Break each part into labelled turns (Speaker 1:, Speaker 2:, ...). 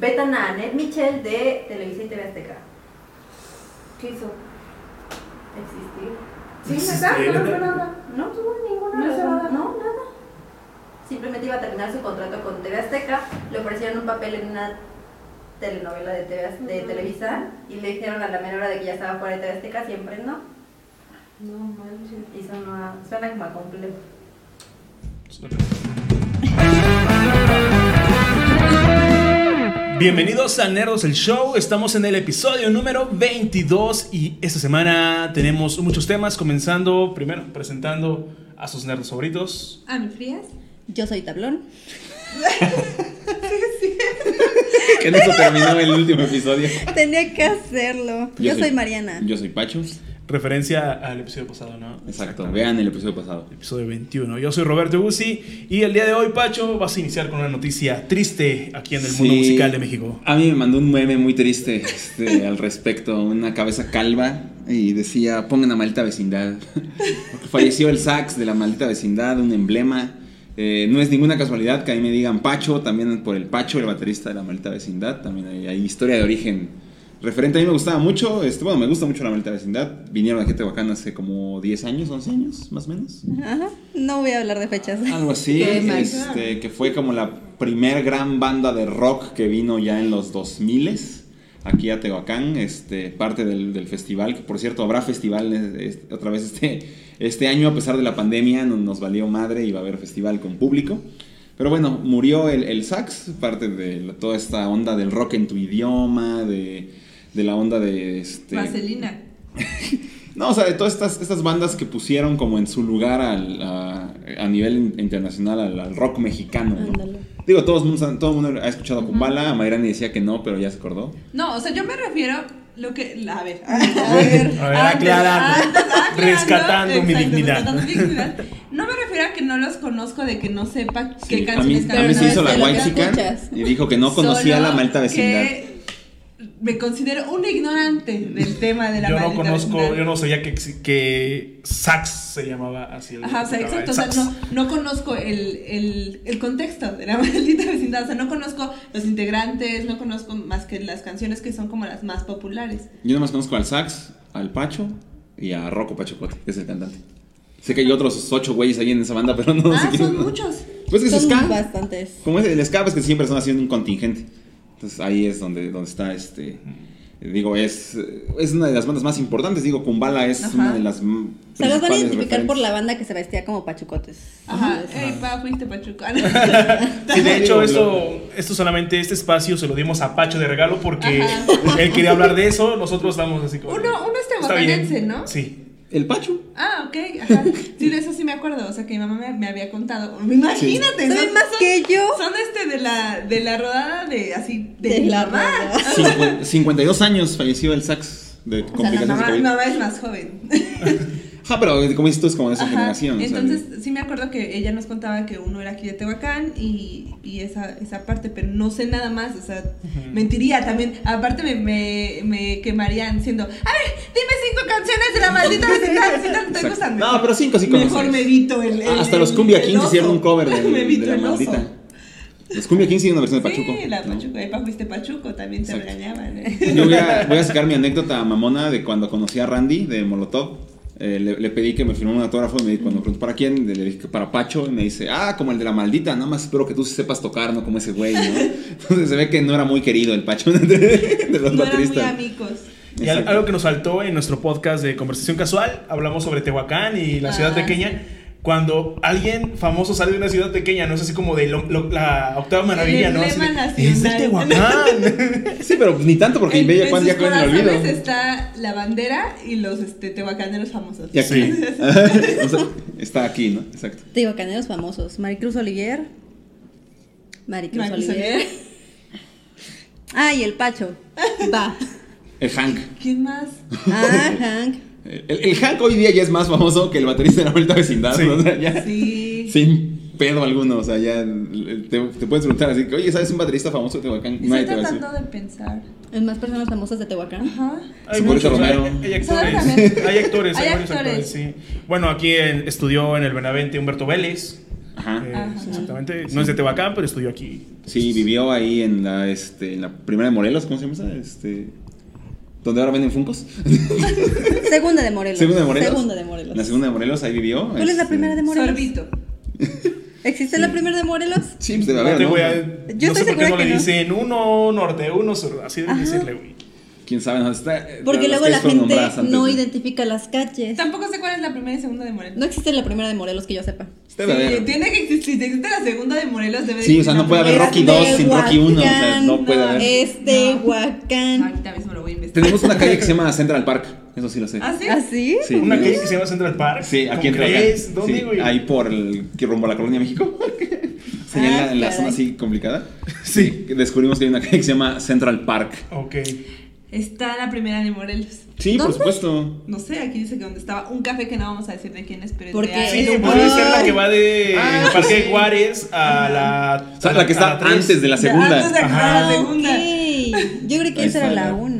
Speaker 1: vetan a Annette Michel de Televisa y TV Azteca. ¿Qué hizo? Existir.
Speaker 2: Sí,
Speaker 3: ¿verdad?
Speaker 2: sí.
Speaker 3: No me acuerdo nada.
Speaker 1: No tuvo ninguna
Speaker 3: No hizo
Speaker 1: razón.
Speaker 3: nada.
Speaker 1: No, nada. Simplemente iba a terminar su contrato con TV Azteca, le ofrecieron un papel en una telenovela de, TV Az- de
Speaker 3: Ujú.
Speaker 1: Televisa y le dijeron a la menor hora de que ya estaba fuera de TV Azteca, siempre no.
Speaker 3: No manches.
Speaker 1: Y suena, suena como a complejo.
Speaker 2: Bienvenidos a Nerdos el Show, estamos en el episodio número 22 y esta semana tenemos muchos temas, comenzando primero presentando a sus nerdos favoritos.
Speaker 3: ¿A mi Ah, frías?
Speaker 1: Yo soy Tablón.
Speaker 4: Que en eso terminó el último episodio.
Speaker 1: Tenía que hacerlo.
Speaker 4: Yo soy Pacho.
Speaker 2: Referencia al episodio pasado, ¿no?
Speaker 4: Exacto. Vean el episodio pasado.
Speaker 2: Episodio 21. Yo soy Roberto Guzzi y el día de hoy, Pacho, vas a iniciar con una noticia triste aquí en el mundo
Speaker 4: Sí.
Speaker 2: musical de México.
Speaker 4: A mí me mandó un meme muy triste este, al respecto. Una cabeza calva y decía: pongan a maldita vecindad. Porque falleció el sax de la maldita vecindad, un emblema. Eh, no es ninguna casualidad que a mí me digan Pacho, también por el Pacho, el baterista de la maldita vecindad. También hay, hay historia de origen referente. A mí me gustaba mucho, este, bueno, me gusta mucho la maldita vecindad. Vinieron aquí a Tehuacán hace como 10 años, 11 años, más o menos.
Speaker 5: Ajá, no voy a hablar de fechas.
Speaker 4: Algo así,
Speaker 3: Qué mal.
Speaker 4: este, que fue como la primer gran banda de rock que vino ya en los 2000 aquí a Tehuacán, este, parte del, del festival, que por cierto habrá festival eh, este- otra vez este, este año, a pesar de la pandemia, no- nos valió madre y va a haber festival con público. Pero bueno, murió el, el sax, parte de la- toda esta onda del rock en tu idioma, de, de la onda de... Este,
Speaker 3: Vaselina.
Speaker 4: no, o sea, de todas estas, estas bandas que pusieron como en su lugar al, a, a nivel in- internacional al, al rock mexicano, ¿no?
Speaker 5: Ándale.
Speaker 4: Digo, todos, mundos han- todo el mundo ha escuchado a Kumbala, a Mayrani decía que no, pero ya se acordó.
Speaker 3: No, o sea, yo me refiero lo que. la- A ver.
Speaker 5: A ver,
Speaker 2: A ver,
Speaker 3: Antes-
Speaker 2: aclarando,
Speaker 3: antes- aclarando,
Speaker 2: rescatando mi
Speaker 3: exacto,
Speaker 2: dignidad.
Speaker 3: rescatando mi dignidad. No me refiero a que no los conozco, de que no sepa qué
Speaker 4: Sí, a mí,
Speaker 3: canciones
Speaker 4: a mí
Speaker 5: no
Speaker 4: se
Speaker 5: es
Speaker 4: hizo
Speaker 5: de
Speaker 4: la
Speaker 5: lo que
Speaker 4: White
Speaker 5: escuchas.
Speaker 4: y dijo que no conocía
Speaker 3: Solo
Speaker 4: la malta vecindad.
Speaker 3: que Me considero un ignorante del tema de la
Speaker 2: Yo no
Speaker 3: maldita
Speaker 2: conozco,
Speaker 3: vecindad.
Speaker 2: yo no sabía que, exi- que sax se llamaba así. el
Speaker 3: Ajá, o sea,
Speaker 2: grupo que
Speaker 3: exacto, o
Speaker 2: tocaba
Speaker 3: sea,
Speaker 2: el
Speaker 3: no,
Speaker 2: sax.
Speaker 3: no conozco el, el, el contexto de la maldita vecindad, o sea, no conozco los integrantes, no conozco más que las canciones que son como las más populares.
Speaker 4: Yo nomás conozco al sax, al Pacho y a Rocco Pachocote, que es el cantante. Sé que hay otros ocho güeyes ahí en esa banda, pero no sé
Speaker 3: ah,
Speaker 4: quiénes
Speaker 3: son
Speaker 4: son.
Speaker 3: muchos.
Speaker 4: Pues que es
Speaker 5: son
Speaker 4: ska.
Speaker 5: bastantes.
Speaker 4: Como es el escape es que siempre están haciendo un contingente. Entonces ahí es donde, donde está este. Digo, es, eh, es una de las bandas más importantes. Digo, Kumbala es
Speaker 3: Ajá.
Speaker 4: una de las. m-
Speaker 5: O sea, los van a
Speaker 4: principales
Speaker 5: identificar por
Speaker 4: referentes.
Speaker 5: la banda que se vestía como pachucotes.
Speaker 3: Ajá,
Speaker 5: Entonces,
Speaker 3: ey, pa, fuiste pachuco.
Speaker 2: Sí, de hecho,
Speaker 4: Digo,
Speaker 2: esto, esto solamente, este espacio se lo dimos a Pacho de regalo porque
Speaker 3: Ajá.
Speaker 2: él quería hablar de eso. Nosotros estamos así como.
Speaker 3: Uno- uno es
Speaker 2: Está bien.
Speaker 3: tehuacanense, ¿no?
Speaker 2: Sí.
Speaker 4: El Pacho.
Speaker 3: Ah, ok, ajá. Sí, de eso sí me acuerdo. O sea, que mi mamá me, me había contado. Imagínate,
Speaker 5: ¿Saben más que yo?
Speaker 3: Son este de la, de la rodada de así. De,
Speaker 5: De la
Speaker 3: la mamá.
Speaker 5: rodada.
Speaker 4: Cincu- 52 años falleció el sax de
Speaker 3: O sea, la
Speaker 4: complicaciones
Speaker 3: mamá,
Speaker 4: de
Speaker 3: mi
Speaker 4: COVID.
Speaker 3: mamá es más joven.
Speaker 4: Ajá, pero como dices tú, es como de esa
Speaker 3: Ajá.
Speaker 4: generación. o sea,
Speaker 3: Entonces, sí me acuerdo que ella nos contaba que uno era aquí de Tehuacán y, y esa, esa parte, pero no sé nada más. O sea, mentiría también. Aparte, me, me, me quemarían siendo: A ver, dime cinco canciones de la maldita vecindad. Si tanto te
Speaker 4: Exacto.
Speaker 3: gustan.
Speaker 4: No, pero cinco sí
Speaker 3: Mejor
Speaker 4: conoces.
Speaker 3: me evito el. el-
Speaker 4: hasta
Speaker 3: el-
Speaker 4: los Cumbia
Speaker 3: el
Speaker 4: 15
Speaker 3: oso.
Speaker 4: hicieron un cover de,
Speaker 3: me evito
Speaker 4: de la
Speaker 3: el oso.
Speaker 4: maldita. Los Cumbia 15 hicieron una versión de Pachuco.
Speaker 3: Sí, la
Speaker 4: ¿no?
Speaker 3: Pachuco. Ahí pa- fuiste Pachuco, también te
Speaker 4: Exacto.
Speaker 3: regañaban. ¿eh?
Speaker 4: Yo voy a, voy a sacar mi anécdota mamona de cuando conocí a Randy de Molotov. Eh, le, le pedí que me firmara un autógrafo y me di- cuando preguntó para quién, le dije que para Pacho y me dice, ah, como el de la maldita, nada más espero que tú sí sepas tocar, no como ese güey, ¿no? Entonces se ve que no era muy querido el Pacho de, de
Speaker 3: No
Speaker 4: los
Speaker 3: eran muy
Speaker 4: bateristas.
Speaker 3: amigos.
Speaker 2: Y al-
Speaker 4: Exacto.
Speaker 2: algo que nos saltó en nuestro podcast de conversación casual, hablamos sobre Tehuacán y la ciudad
Speaker 3: Ah,
Speaker 2: pequeña. Cuando alguien famoso sale de una ciudad pequeña, no es así como de lo- lo- la octava maravilla, ¿no? Así de,
Speaker 3: emblema
Speaker 2: es de
Speaker 3: nacional".
Speaker 2: Tehuacán.
Speaker 4: Sí, pero ni tanto porque
Speaker 3: en,
Speaker 4: Bella
Speaker 3: en
Speaker 4: Juan
Speaker 3: sus
Speaker 4: ya quedó en el olvido.
Speaker 3: corazones está la bandera y los este, tehuacaneros famosos.
Speaker 4: Y aquí.
Speaker 2: Sí.
Speaker 4: O sea, está aquí, ¿no? Exacto.
Speaker 5: Te digo, caneros famosos. Maricruz Olivier. Maricruz
Speaker 3: Marcos
Speaker 5: Olivier.
Speaker 3: Oliver.
Speaker 5: Ah, y el Pacho. Va.
Speaker 4: El Hank.
Speaker 3: ¿Quién más?
Speaker 5: Ah, Hank.
Speaker 4: El, el Hank hoy día ya es más famoso que el baterista de la vuelta vecindad.
Speaker 2: Sí.
Speaker 4: ¿no? O sea, ya-
Speaker 3: Sí.
Speaker 4: Sin pedo alguno, o sea, ya eh, te, te puedes preguntar así que, oye, ¿sabes un baterista famoso de Tehuacán? Nadie
Speaker 3: Estoy
Speaker 4: te va a decir.
Speaker 3: tratando de pensar.
Speaker 5: Es más personas famosas de Tehuacán.
Speaker 3: Ajá.
Speaker 2: Hay
Speaker 4: Su Boris
Speaker 2: muchos,
Speaker 4: Romero.
Speaker 2: hay- hay
Speaker 3: Saben
Speaker 2: actores.
Speaker 3: también.
Speaker 2: Hay actores, hay
Speaker 3: Hay
Speaker 2: varios actores,
Speaker 3: actores.
Speaker 2: sí. Bueno, aquí en- estudió en el Benavente Humberto Vélez.
Speaker 4: Ajá.
Speaker 2: Eh,
Speaker 3: Ajá.
Speaker 2: exactamente. No es de Tehuacán, pero estudió aquí.
Speaker 4: Sí, vivió ahí en la, este, en la primera de Morelos, ¿cómo se llama esa? Este, donde ahora venden Funcos.
Speaker 5: Segunda de Morelos.
Speaker 4: Segunda de Morelos.
Speaker 5: Segunda de Morelos.
Speaker 4: En La segunda de Morelos, ahí vivió.
Speaker 5: ¿Cuál es la
Speaker 4: este,
Speaker 5: primera de Morelos?
Speaker 3: Sorbito.
Speaker 5: ¿Existe la primera de Morelos?
Speaker 4: Sí, pues debe
Speaker 2: No
Speaker 4: haber,
Speaker 2: te
Speaker 4: ¿no?
Speaker 2: voy a-
Speaker 5: Yo
Speaker 2: no sé
Speaker 5: estoy
Speaker 2: por qué
Speaker 5: segura
Speaker 2: no
Speaker 5: que
Speaker 2: le
Speaker 5: no.
Speaker 2: dicen uno norte, uno sur. Así deben
Speaker 5: Ajá.
Speaker 2: decirle, güey.
Speaker 4: ¿Quién sabe dónde está?
Speaker 5: Porque
Speaker 4: Las
Speaker 5: luego la
Speaker 4: calles fueron
Speaker 5: gente
Speaker 4: nombradas antes
Speaker 5: no
Speaker 4: de-
Speaker 5: identifica las calles.
Speaker 3: Tampoco sé cuál es la primera y segunda de Morelos.
Speaker 5: No existe la primera de Morelos que yo sepa.
Speaker 4: Debe
Speaker 3: Sí,
Speaker 4: haber.
Speaker 3: tiene que existir. Si existe la segunda de Morelos, debe
Speaker 4: Sí, o sea, no puede haber
Speaker 5: Es
Speaker 4: Rocky 2 sin Rocky 1. O sea, no
Speaker 5: Tehuacán,
Speaker 4: puede haber.
Speaker 5: Es de
Speaker 3: No.
Speaker 5: Huacán.
Speaker 3: Ahorita mismo lo voy a investigar.
Speaker 4: Tenemos una calle que se llama Central Park. Eso sí lo sé.
Speaker 3: ¿Ah, sí?
Speaker 5: ¿Así?
Speaker 4: Sí,
Speaker 2: Una calle
Speaker 4: tenemos-
Speaker 2: que se llama Central Park.
Speaker 4: Sí, aquí en
Speaker 2: ¿Cómo crees? ¿Dónde,
Speaker 4: sí,
Speaker 2: güey?
Speaker 4: Ahí por el que rumbo a la colonia México. O sea, ya en, la, en la
Speaker 5: Ah,
Speaker 4: zona
Speaker 5: caray.
Speaker 4: así complicada.
Speaker 2: Sí.
Speaker 4: Descubrimos que hay una calle que se llama Central Park.
Speaker 2: Ok.
Speaker 3: Está la primera de Morelos.
Speaker 4: Sí, por
Speaker 5: ¿Dónde?
Speaker 4: supuesto.
Speaker 3: No sé, aquí dice que donde estaba un café que no vamos a decir de quién es, pero es
Speaker 5: Porque-
Speaker 3: de alguien.
Speaker 2: Sí,
Speaker 5: Ay,
Speaker 2: pues debe ser la
Speaker 5: ay.
Speaker 2: que va de
Speaker 4: Ah,
Speaker 2: Parque
Speaker 4: sí.
Speaker 2: de Juárez a la.
Speaker 4: O sea, la que está antes de la
Speaker 3: Antes de
Speaker 4: segunda.
Speaker 3: que fuera la segunda.
Speaker 5: ok. Ah, Yo creo que
Speaker 4: Ahí
Speaker 5: esa era
Speaker 4: está,
Speaker 5: la
Speaker 4: ¿no?
Speaker 5: 1.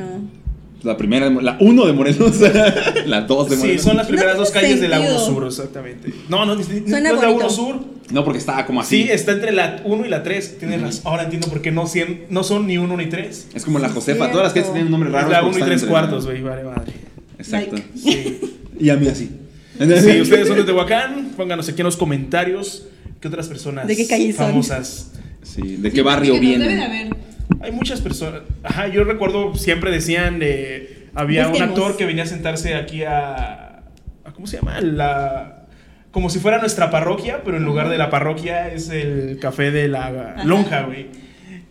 Speaker 4: La primera, de Mo- la uno de Morelos. la dos de
Speaker 2: Sí,
Speaker 4: Morelos.
Speaker 2: son las primeras
Speaker 5: No
Speaker 2: dos
Speaker 5: tiene
Speaker 2: calles de la 1
Speaker 5: sentido.
Speaker 2: Sur, exactamente. No, no, ni- ni- no
Speaker 5: Suena
Speaker 2: es la 1
Speaker 5: bonito.
Speaker 2: Sur.
Speaker 4: No, porque estaba como así.
Speaker 2: Sí, está entre la 1 y la 3. Tienes razón. Ahora entiendo por qué no, cien- no son ni 1 ni 3.
Speaker 4: Es como la
Speaker 5: Sí,
Speaker 4: Josefa.
Speaker 5: cierto.
Speaker 4: Todas las calles tienen un nombre
Speaker 2: Es
Speaker 4: raro.
Speaker 2: la
Speaker 4: porque
Speaker 2: 1 y
Speaker 4: están
Speaker 2: 3
Speaker 4: entre-
Speaker 2: cuartos, güey, vale madre.
Speaker 4: Exacto.
Speaker 5: Like.
Speaker 2: Sí.
Speaker 4: Y a mí así.
Speaker 2: Si ustedes son de Tehuacán, pónganos aquí en los comentarios qué otras personas
Speaker 5: ¿De qué calle son?
Speaker 2: famosas.
Speaker 4: Sí, ¿de qué barrio
Speaker 3: Que nos Debe de
Speaker 4: vienen?
Speaker 3: haber.
Speaker 2: Hay muchas personas. Ajá, yo recuerdo siempre decían de. Había un
Speaker 5: Busquemos.
Speaker 2: actor que venía a sentarse aquí a. a- ¿Cómo se llama? La. Como si fuera nuestra parroquia, pero en lugar de la parroquia es el café de la lonja, güey.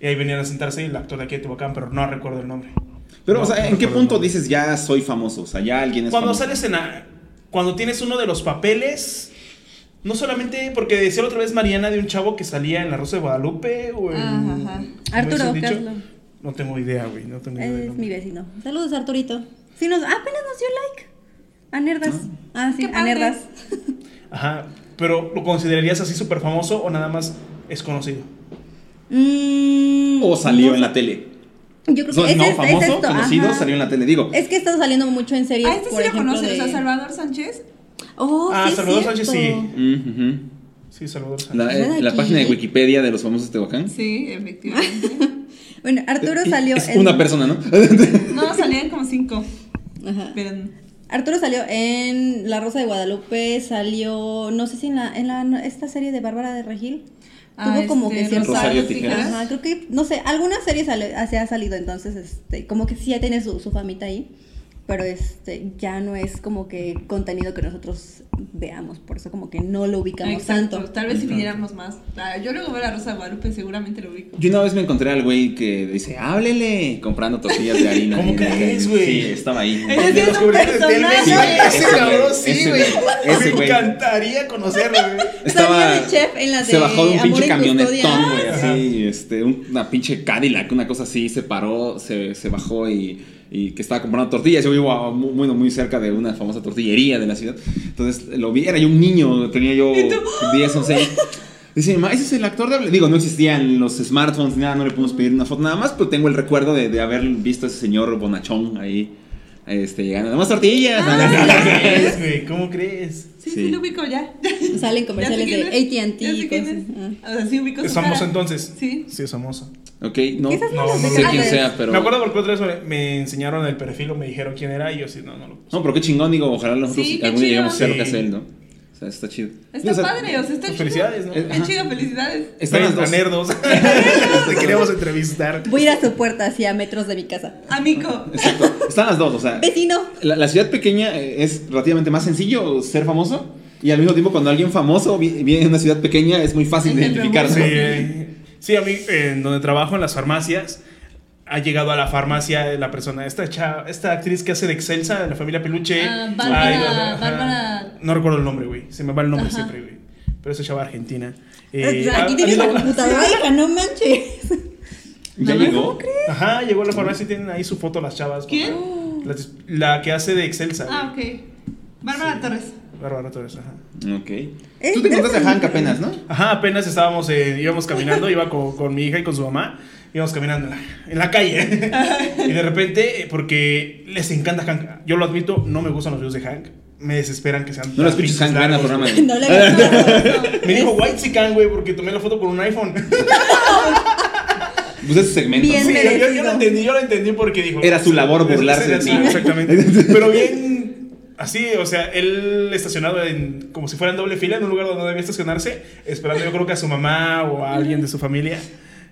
Speaker 2: Y ahí venían a sentarse el actor de aquí de Tehuacán, pero no recuerdo el nombre.
Speaker 4: Pero,
Speaker 2: No,
Speaker 4: o sea,
Speaker 2: no
Speaker 4: ¿en qué
Speaker 2: recuerdo el
Speaker 4: punto
Speaker 2: nombre.
Speaker 4: dices ya soy famoso? O sea, ya alguien es
Speaker 2: Cuando
Speaker 4: famoso.
Speaker 2: sales en la- cuando tienes uno de los papeles, no solamente porque decía la otra vez Mariana de un chavo que salía en La Rosa de Guadalupe o en
Speaker 3: Ajá.
Speaker 2: ¿cómo es
Speaker 5: Arturo,
Speaker 2: el dicho?
Speaker 5: Carlos.
Speaker 2: No tengo idea, güey, no tengo idea. del
Speaker 5: Es
Speaker 2: nombre.
Speaker 5: mi vecino. Saludos, Arturito. Sí, nos, apenas nos dio like. A nerdas. Ah, sí,
Speaker 3: Qué
Speaker 5: a
Speaker 3: padre.
Speaker 5: nerdas.
Speaker 2: Ajá, pero ¿lo considerarías así súper famoso o nada más es conocido?
Speaker 5: Mm,
Speaker 4: O salió
Speaker 5: no
Speaker 4: en la
Speaker 5: sé.
Speaker 4: tele.
Speaker 5: Yo creo
Speaker 4: Son
Speaker 5: que es,
Speaker 4: no
Speaker 5: es- es
Speaker 4: famoso,
Speaker 5: esto,
Speaker 4: conocido,
Speaker 5: ajá.
Speaker 4: salió en la tele. Digo,
Speaker 5: Es que he estado saliendo mucho en series.
Speaker 3: Ah, este sí
Speaker 5: por
Speaker 3: lo
Speaker 5: ejemplo,
Speaker 3: conoces, o
Speaker 5: de-
Speaker 3: sea, Salvador Sánchez.
Speaker 5: Oh,
Speaker 2: Ah,
Speaker 5: sí es
Speaker 2: Salvador Sánchez,
Speaker 5: cierto.
Speaker 2: sí.
Speaker 4: mm, ujú.
Speaker 2: Sí, Salvador Sánchez.
Speaker 4: la, eh,
Speaker 5: Nada
Speaker 4: la
Speaker 5: aquí.
Speaker 4: página de Wikipedia de los famosos de Tehuacán.
Speaker 3: Sí, efectivamente.
Speaker 5: Bueno, Arturo salió
Speaker 4: Es
Speaker 5: en-
Speaker 4: una persona, ¿no?
Speaker 3: No, salían como cinco.
Speaker 5: Ajá.
Speaker 3: Pero
Speaker 5: Arturo salió en La Rosa de Guadalupe, salió, no sé si en la, en la- esta serie de Bárbara de Regil.
Speaker 3: Ah,
Speaker 5: Tuvo como
Speaker 3: este,
Speaker 5: que cierto.
Speaker 4: Rosario Tijeras.
Speaker 5: Ajá, creo que, no sé, alguna serie sale- ah, se ha salido, entonces, este, como que sí ya tiene su, su famita ahí, pero este, ya no es como que contenido que nosotros veamos, por eso como que no lo ubicamos
Speaker 3: Exacto.
Speaker 5: tanto.
Speaker 3: Tal vez si viniéramos más. Ah, yo luego veo la Rosa de Guadalupe, seguramente lo ubico.
Speaker 4: Yo una vez me encontré al güey que dice, háblele, comprando tortillas de harina.
Speaker 2: ¿Cómo
Speaker 4: en la
Speaker 2: crees,
Speaker 4: calle.
Speaker 2: güey?
Speaker 4: Sí, estaba ahí.
Speaker 3: Ese sí es un
Speaker 2: comerciales de Telmex,
Speaker 3: personaje.
Speaker 2: güey, Ese
Speaker 4: Ese güey,
Speaker 2: cabrón, sí,
Speaker 4: ese
Speaker 2: güey.
Speaker 4: güey, ese
Speaker 2: Me
Speaker 4: güey.
Speaker 2: encantaría conocerlo, güey.
Speaker 4: Estaba,
Speaker 5: Salió de chef en la de
Speaker 4: se bajó de un
Speaker 5: Amor
Speaker 4: pinche
Speaker 5: en
Speaker 4: camionetón,
Speaker 5: Custodia. Ah.
Speaker 4: güey,
Speaker 2: Ajá.
Speaker 4: así, este, un- una pinche Cadillac, una cosa así, se paró, se, se bajó y, y que estaba comprando tortillas. Yo vivo a- muy, bueno, muy cerca de una famosa tortillería de la ciudad. Entonces lo vi, era yo un niño, tenía yo 10, 11 años. Dice mi mamá, ese es el actor de... Hable-". Digo, no existían los smartphones ni nada, no le pudimos pedir una foto nada más, pero tengo el recuerdo de, de haber visto a ese señor bonachón ahí, este, llegando, ¡damos tortillas!
Speaker 5: Ah.
Speaker 2: ¿Cómo crees, güey? ¿Cómo crees?
Speaker 3: Sí, sí,
Speaker 4: Sí.
Speaker 3: lo ubico ya.
Speaker 5: Salen comerciales
Speaker 3: Ya sé
Speaker 5: de
Speaker 3: quién es.
Speaker 5: AT&T.
Speaker 3: Ya sé
Speaker 5: y
Speaker 3: quién
Speaker 5: cosas, ah.
Speaker 3: es. O sea, sí ubico
Speaker 2: ¿Es
Speaker 3: su cara.
Speaker 2: famoso entonces?
Speaker 3: Sí.
Speaker 2: Sí, es famoso.
Speaker 4: ok, no,
Speaker 5: Quizás
Speaker 2: no
Speaker 4: no,
Speaker 2: los
Speaker 4: sé quién
Speaker 5: grandes.
Speaker 4: sea, pero...
Speaker 2: Me acuerdo porque otra vez me- me enseñaron el perfil o me dijeron quién era y yo sí, no, no lo
Speaker 4: No, pero qué chingón, digo, ojalá nosotros
Speaker 3: Sí, qué
Speaker 4: algún día
Speaker 3: chido.
Speaker 4: lleguemos a hacer lo que
Speaker 2: Sí.
Speaker 4: hace él, ¿no? O sea, está chido.
Speaker 3: Está
Speaker 4: O sea,
Speaker 3: padre, o sea, está
Speaker 2: Pues
Speaker 3: chido.
Speaker 2: felicidades, ¿no?
Speaker 4: Eh,
Speaker 3: Está
Speaker 4: Ajá.
Speaker 3: chido, felicidades.
Speaker 4: Están las
Speaker 2: Ven, nerdos.
Speaker 4: dos.
Speaker 2: Te queremos entrevistar.
Speaker 5: Voy a ir a su puerta, así a metros de mi casa.
Speaker 3: Amigo.
Speaker 4: Exacto. Están las dos, o sea,
Speaker 5: Vecino,
Speaker 4: la, la ciudad pequeña eh, es relativamente más sencillo ser famoso y al mismo tiempo cuando alguien famoso vi- viene de una ciudad pequeña es muy fácil de
Speaker 3: Ay, qué
Speaker 4: identificarse.
Speaker 2: Sí, eh, sí, a mí, eh, en donde trabajo, en las farmacias, ha llegado a la farmacia la persona, esta, cha- esta actriz que hace de Excelsa, de la familia Peluche.
Speaker 3: Ah, Bárbara-
Speaker 2: Ay, ajá.
Speaker 3: Bárbara-
Speaker 2: No recuerdo el nombre, güey. Se me va el nombre
Speaker 3: Ajá.
Speaker 2: siempre, güey. Pero esa chava argentina.
Speaker 5: eh,
Speaker 2: Eh, ha-
Speaker 5: aquí
Speaker 2: ha
Speaker 5: tienes la
Speaker 2: habido-
Speaker 5: computadora, hija, no manches.
Speaker 4: ¿Ya
Speaker 3: Mamá,
Speaker 4: llegó?
Speaker 3: ¿cómo
Speaker 2: Ajá, llegó a la farmacia y tienen ahí su foto las chavas.
Speaker 3: ¿Quién?
Speaker 2: mamá. Las- la que hace de Excelsa. güey.
Speaker 3: Ah, ok. Bárbara Torres.
Speaker 2: Bárbara Torres, ajá.
Speaker 4: Ok.
Speaker 5: Eh,
Speaker 4: Tú te encontraste a
Speaker 5: es-
Speaker 4: Hank apenas, ¿no?
Speaker 2: Ajá, apenas estábamos, eh, íbamos caminando, iba con, con mi hija y con su mamá, íbamos caminando en la, en la calle. y de repente, eh, porque les encanta Hank, yo lo admito, no me gustan los videos de Hank, me desesperan que sean.
Speaker 4: No
Speaker 2: tan
Speaker 4: lo escuches,
Speaker 2: pinches
Speaker 4: Hank, ven al
Speaker 2: largos,
Speaker 4: programa.
Speaker 2: güey.
Speaker 5: No le he
Speaker 2: Me dijo White Sican, güey, porque tomé la foto con un iPhone.
Speaker 4: Pues ese segmento.
Speaker 5: Bien.
Speaker 2: Sí, yo, yo- yo
Speaker 5: merecido.
Speaker 2: lo entendí, yo lo entendí porque dijo.
Speaker 4: Era su labor
Speaker 2: Era-
Speaker 4: burlarse
Speaker 2: era
Speaker 4: de
Speaker 2: su-
Speaker 4: ti.
Speaker 2: Exactamente. Pero bien. Así, o sea, él estacionado en, como si fuera en doble fila en un lugar donde no debía estacionarse, esperando yo creo que a su mamá o a alguien de su familia.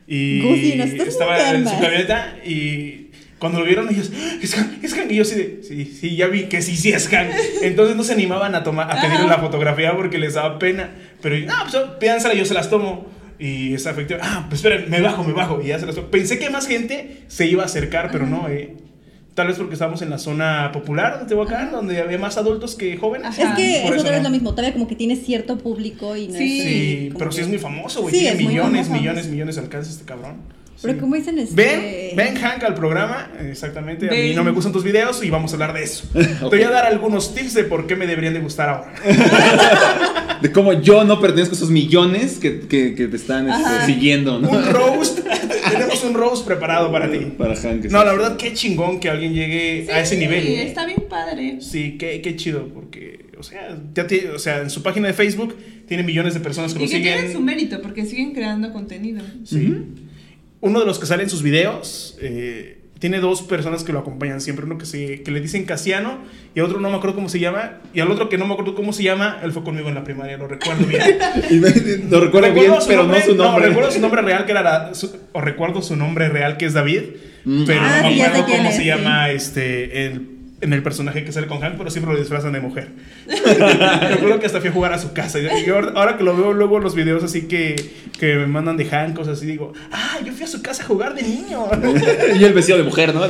Speaker 2: Y
Speaker 5: Gusi, nos estás
Speaker 2: estaba en su
Speaker 5: enfermas.
Speaker 2: camioneta y cuando lo vieron ellos, "¡Ah! es Hank, es Hank", Y yo sí, de, sí, sí, ya vi que sí, sí es Hank. Entonces no se animaban a, tomar,
Speaker 5: Ah.
Speaker 2: a pedirle la fotografía porque les daba pena. Pero, ah, pues pídansela, yo se las tomo. Y esa efectiva, ah, pues esperen, me bajo, me bajo. Y ya se las tomo. Pensé que más gente se iba a acercar, pero no, eh. Tal vez porque estábamos en la zona popular de Tehuacán, donde había más adultos que jóvenes.
Speaker 3: Ajá.
Speaker 5: Es que
Speaker 2: Por
Speaker 5: es
Speaker 2: eso
Speaker 5: otra vez
Speaker 2: no.
Speaker 5: lo mismo, todavía como que tiene cierto público y no
Speaker 3: Sí.
Speaker 5: es,
Speaker 2: Sí,
Speaker 5: como
Speaker 2: pero sí
Speaker 5: que-
Speaker 2: es muy famoso, güey.
Speaker 5: Sí,
Speaker 2: Tiene
Speaker 5: es muy
Speaker 2: millones,
Speaker 5: famoso.
Speaker 2: millones, millones de alcances este cabrón.
Speaker 5: Pero
Speaker 2: Sí.
Speaker 5: como dicen este...
Speaker 2: Ven, ven Hank al programa, exactamente. A mí
Speaker 3: Ven.
Speaker 2: no me gustan tus videos y vamos a hablar de eso. Te voy a dar algunos tips de por qué me deberían de gustar ahora.
Speaker 4: De cómo yo no pertenezco a esos millones que, que- que te están este,
Speaker 3: Ajá.
Speaker 4: siguiendo, ¿no?
Speaker 2: Un roast, tenemos un roast preparado para ti.
Speaker 4: Para Hank.
Speaker 2: No, la verdad, qué chingón que alguien llegue a ese nivel.
Speaker 3: Sí, está bien padre.
Speaker 2: Sí, qué, qué chido, porque, o sea, ya tiene- o sea, en su página de Facebook tiene millones de personas que lo
Speaker 3: Y que tienen su
Speaker 2: siguen.
Speaker 3: mérito porque siguen creando contenido.
Speaker 2: Sí. Uno de los que sale en sus videos eh, tiene dos personas que lo acompañan siempre. Uno que, se, que le dicen Casiano y a otro no me acuerdo cómo se llama. Y al otro que no me acuerdo cómo se llama, él fue conmigo en la primaria, lo recuerdo bien.
Speaker 4: Y me- Lo recuerdo bien,
Speaker 2: su
Speaker 4: pero no su nombre.
Speaker 2: recuerdo su nombre real, que era. la- su- o recuerdo su nombre real, que es David.
Speaker 4: Mm.
Speaker 2: Pero
Speaker 5: Ah,
Speaker 2: no
Speaker 5: sí,
Speaker 2: me
Speaker 5: ya sé
Speaker 2: acuerdo
Speaker 5: quién
Speaker 2: cómo
Speaker 5: es,
Speaker 2: se
Speaker 5: sí.
Speaker 2: llama este, el- en el personaje que sale con Hank, pero siempre lo disfrazan de mujer. recuerdo que hasta fui a jugar a su casa. Y yo ahora- ahora que lo veo luego en los videos así que, que me mandan de Hank, cosas así, digo, ah, yo fui a su casa a jugar de niño.
Speaker 4: y el vestido de mujer, ¿no?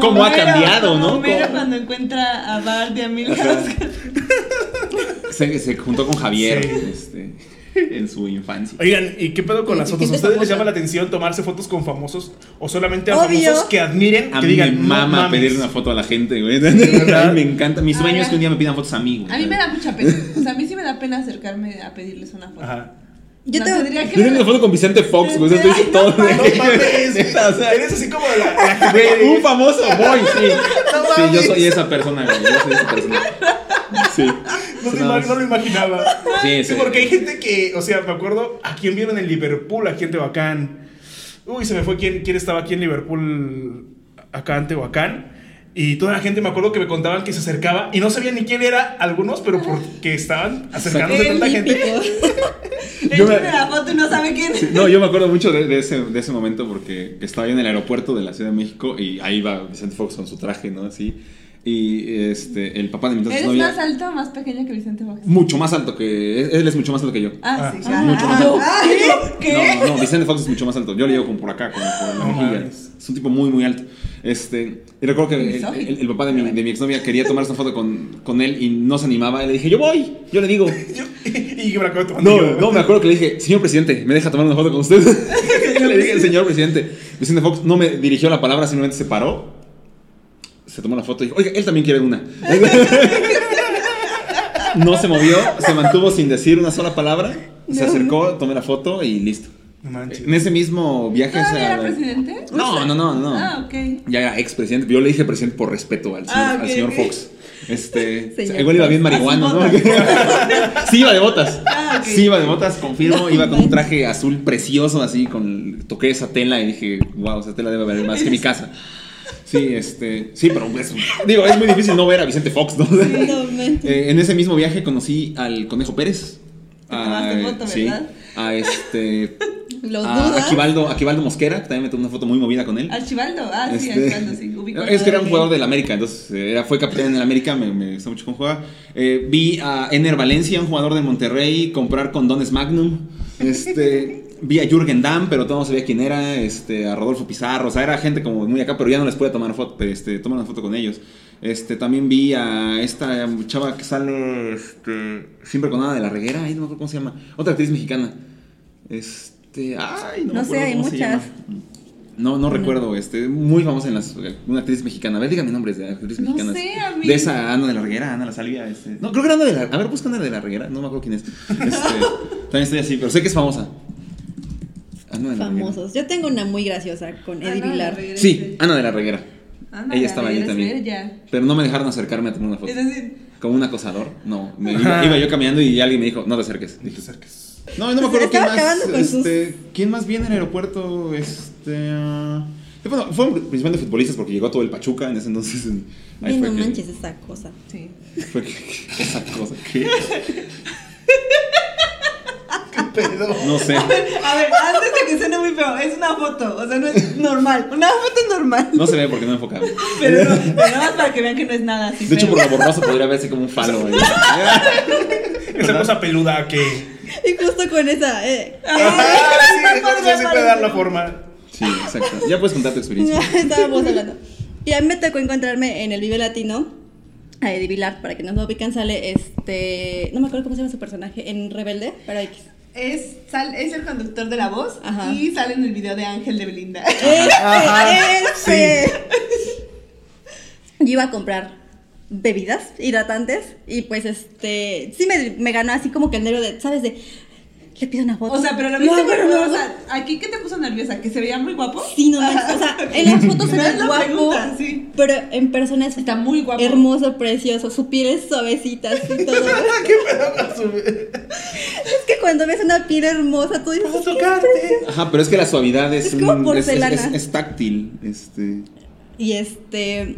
Speaker 4: Cómo ha
Speaker 3: Homero,
Speaker 4: cambiado,
Speaker 3: como
Speaker 4: ¿no?
Speaker 3: Homero
Speaker 4: Cómo-
Speaker 3: cuando encuentra a Bart y a Milhouse.
Speaker 4: se, se juntó con Javier
Speaker 2: Sí.
Speaker 4: este, en su infancia.
Speaker 2: Oigan, ¿y qué pedo con las fotos? ¿A
Speaker 5: gente
Speaker 2: ustedes les
Speaker 5: famosa.
Speaker 2: llama la atención tomarse fotos con famosos o solamente a
Speaker 5: Obvio.
Speaker 2: famosos que admiren, que
Speaker 4: A mí me
Speaker 2: digan, "No
Speaker 4: mama
Speaker 2: mames"?
Speaker 4: pedirle una foto a la gente, güey. De verdad,
Speaker 2: ¿Verdad?
Speaker 4: me encanta. Mi sueño
Speaker 3: Ahora-
Speaker 4: es que un día me pidan fotos a mí, güey.
Speaker 3: A mí me da mucha pena. O sea, a mí sí me da pena acercarme a pedirles una foto.
Speaker 2: Ajá.
Speaker 5: Yo
Speaker 3: No,
Speaker 5: te...
Speaker 3: tendría que-
Speaker 4: Pídeme una foto con Vicente Fox, güey. Eso te dice todo.
Speaker 2: No mames,
Speaker 4: Neta, o sea,
Speaker 2: eres así como la, la que
Speaker 4: güey, un famoso boy, sí.
Speaker 2: No
Speaker 4: sí, yo
Speaker 2: mames.
Speaker 4: soy esa persona, güey. Yo soy esa persona. Sí.
Speaker 2: No, te imag- no lo imaginaba.
Speaker 4: Sí,
Speaker 2: Sí,
Speaker 4: sí.
Speaker 2: porque hay gente que, o sea, me acuerdo a quién vieron en Liverpool, a quién Tehuacán. Uy, se me fue quién, quién estaba aquí en Liverpool, acá en Tehuacán. Y toda la gente me acuerdo que me contaban que se acercaba y no sabía ni quién era algunos, pero porque estaban acercándose
Speaker 5: El
Speaker 2: tanta gente.
Speaker 5: típico.
Speaker 3: Le
Speaker 4: Yo me-
Speaker 3: echan la foto y no sabe quién es.
Speaker 4: No, yo me acuerdo mucho de, de ese, de ese momento porque estaba yo en el aeropuerto de la Ciudad de México y ahí va Vicente Fox con su traje, ¿no? Así. Y este, el papá de mi entonces
Speaker 3: ¿Eres
Speaker 4: novia.
Speaker 3: más alto o más pequeño que Vicente Fox?
Speaker 4: Mucho más alto que. Él es mucho más alto que yo.
Speaker 3: Ah, sí,
Speaker 2: Ah,
Speaker 3: ya.
Speaker 4: mucho más
Speaker 3: Ah,
Speaker 4: alto.
Speaker 3: ah, ¿Qué?
Speaker 4: No, no, no, Vicente Fox es mucho más alto. Yo le llego como por acá, como por la
Speaker 2: No
Speaker 4: mejilla.
Speaker 2: mames.
Speaker 4: Es un tipo muy, muy alto. Este, y recuerdo que el,
Speaker 3: Misógino.
Speaker 4: el- el papá de mi, de mi exnovia quería tomar una foto con, con él y no se animaba. Y le dije, yo voy, yo le digo.
Speaker 2: Y yo me acuerdo tomando
Speaker 4: No,
Speaker 2: yo.
Speaker 4: no, me acuerdo que le dije, señor presidente, ¿me deja tomar una foto con usted? Yo le dije, señor presidente. Vicente Fox no me dirigió la palabra, simplemente se paró, se tomó la foto y dijo, oiga, él también quiere una. No se movió, se mantuvo sin decir una sola palabra, se acercó, tomé la foto y listo.
Speaker 2: No manches.
Speaker 4: En ese mismo viaje... o sea,
Speaker 3: ¿Todavía Ah, era
Speaker 4: la-
Speaker 3: presidente?
Speaker 4: No, no, no, no.
Speaker 3: Ah, ok.
Speaker 4: Ya era expresidente, yo le dije presidente por respeto al señor,
Speaker 3: Ah, ok,
Speaker 4: al señor
Speaker 3: ok.
Speaker 4: Fox.
Speaker 5: Señor
Speaker 4: Este, o sea, igual iba bien
Speaker 5: Fox.
Speaker 4: marihuano, ¿no?
Speaker 3: Ah, sí,
Speaker 4: sí, iba de botas.
Speaker 3: Ah, ok.
Speaker 4: Sí, iba de botas, confirmo. Iba con un traje azul precioso, así, con toqué esa tela y dije, wow, esa tela debe valer más que mi casa. Sí, este, sí, pero pues, digo, es muy difícil no ver a Vicente Fox, ¿no?
Speaker 5: No manches.
Speaker 4: Eh, en ese mismo viaje conocí al Conejo Pérez.
Speaker 3: Te tomaste foto,
Speaker 4: sí,
Speaker 3: ¿verdad?
Speaker 4: a este.
Speaker 5: Lo
Speaker 4: a
Speaker 2: ah,
Speaker 5: dudas.
Speaker 4: Aquivaldo, Aquivaldo Mosquera, que también me tomé una foto muy movida con él.
Speaker 3: Archibaldo. Ah, sí,
Speaker 4: Este,
Speaker 3: Archibaldo, sí. Ubico
Speaker 4: es que era un
Speaker 3: Ok.
Speaker 4: jugador del América, entonces eh, era, fue capitán en el América, me, me gustó mucho con jugar. Eh, vi a Ener Valencia, un jugador de Monterrey, comprar condones Magnum. Este, vi a Jürgen Damm, pero todo no sabía quién era. Este, a Rodolfo Pizarro, o sea, era gente como muy acá, pero ya no les podía tomar foto, este, tomar una foto con ellos. Este, también vi a esta chava que sale este, siempre con nada de la reguera, ay, no me acuerdo cómo se llama. Otra actriz mexicana. Este, ay, no, me
Speaker 5: No sé,
Speaker 4: acuerdo
Speaker 5: hay
Speaker 4: cómo se
Speaker 5: muchas.
Speaker 4: llama. No, no recuerdo, este, muy famosa en las, una actriz mexicana. A ver, dígame nombres de actrices
Speaker 3: No
Speaker 4: mexicanas.
Speaker 3: sé, a mí-
Speaker 4: De esa Ana de la Reguera, Ana la Salvia, este. No, creo que era Ana de la, a ver, busca Ana de la Reguera, no me acuerdo quién es. Este, también estoy así, pero sé que es famosa. Ana de la Reguera.
Speaker 5: Famosos. Yo tengo una muy graciosa con
Speaker 3: Ah,
Speaker 5: Eddie
Speaker 3: no, Ah,
Speaker 5: Vilar.
Speaker 3: la regrese.
Speaker 4: Sí, Ana de la Reguera.
Speaker 3: Ándale,
Speaker 4: Ella estaba allí
Speaker 3: eres
Speaker 4: también.
Speaker 3: bella.
Speaker 4: Pero no me dejaron acercarme a tomar una foto.
Speaker 3: Es decir,
Speaker 4: Como un acosador, no. Me iba, iba yo caminando y alguien me dijo, no te acerques.
Speaker 2: No te
Speaker 4: Dije,
Speaker 2: acerques.
Speaker 4: No, y no me acuerdo
Speaker 5: Se Pues,
Speaker 4: quién
Speaker 5: estaba
Speaker 4: más.
Speaker 5: acabando con sus-
Speaker 4: Este, ¿Quién más viene al aeropuerto? Este. ah, Bueno, fueron principalmente futbolistas porque llegó todo el Pachuca en ese entonces. en- ahí
Speaker 5: Ay,
Speaker 4: fue
Speaker 5: no
Speaker 4: que-
Speaker 5: manches esa cosa.
Speaker 3: sí.
Speaker 4: Fue que, esa cosa que.
Speaker 2: Pero.
Speaker 4: No sé.
Speaker 3: A ver, antes de que suene muy feo, es una foto, o sea, no es normal. Una foto normal.
Speaker 4: No se ve porque no enfocaba.
Speaker 3: Pero no, pero nada más para que vean que no es nada así.
Speaker 4: De hecho,
Speaker 3: feo.
Speaker 4: por la borrosa podría verse como un falo. ahí.
Speaker 2: Esa cosa peluda que.
Speaker 5: Y justo con esa. eh,
Speaker 2: Ah, sí,
Speaker 3: no podría
Speaker 2: eso sí puede dar la forma.
Speaker 4: Sí, exacto. Ya puedes contar tu experiencia.
Speaker 5: Estábamos hablando. Y a mí me tocó encontrarme en el Vive Latino a Eddie Vilar, para que no lo ubican, sale este. No me acuerdo cómo se llama su personaje, en Rebelde, pero X.
Speaker 3: Es, sal- es el conductor de la voz
Speaker 5: Ajá.
Speaker 3: y sale en el video de Ángel de Belinda.
Speaker 5: Este, este. Yo iba a comprar bebidas hidratantes y pues este. Sí me, me ganó así como que el nervio de, ¿sabes? De. Le pido una foto.
Speaker 3: O sea, pero lo
Speaker 5: No,
Speaker 3: viste muy
Speaker 5: pero
Speaker 3: guapo,
Speaker 5: no,
Speaker 3: o sea, aquí que te puso nerviosa, que se veía muy guapo.
Speaker 5: Sí, no manches, O sea, en las fotos se
Speaker 3: No es
Speaker 5: ve
Speaker 3: la
Speaker 5: guapo,
Speaker 3: pregunta, sí.
Speaker 5: pero en persona es
Speaker 3: Está muy guapo.
Speaker 5: hermoso, precioso. Su piel es suavecita, así todo.
Speaker 2: ¿Qué pedo con su-
Speaker 5: es que cuando ves una piel hermosa, tú dices, este-".
Speaker 2: ¿Cómo
Speaker 5: "Qué
Speaker 2: tocarte?
Speaker 4: Ajá, pero es que la suavidad es,
Speaker 5: Es como
Speaker 4: un- es, es-
Speaker 5: porcelana.
Speaker 4: es- es táctil. Este.
Speaker 5: Y este.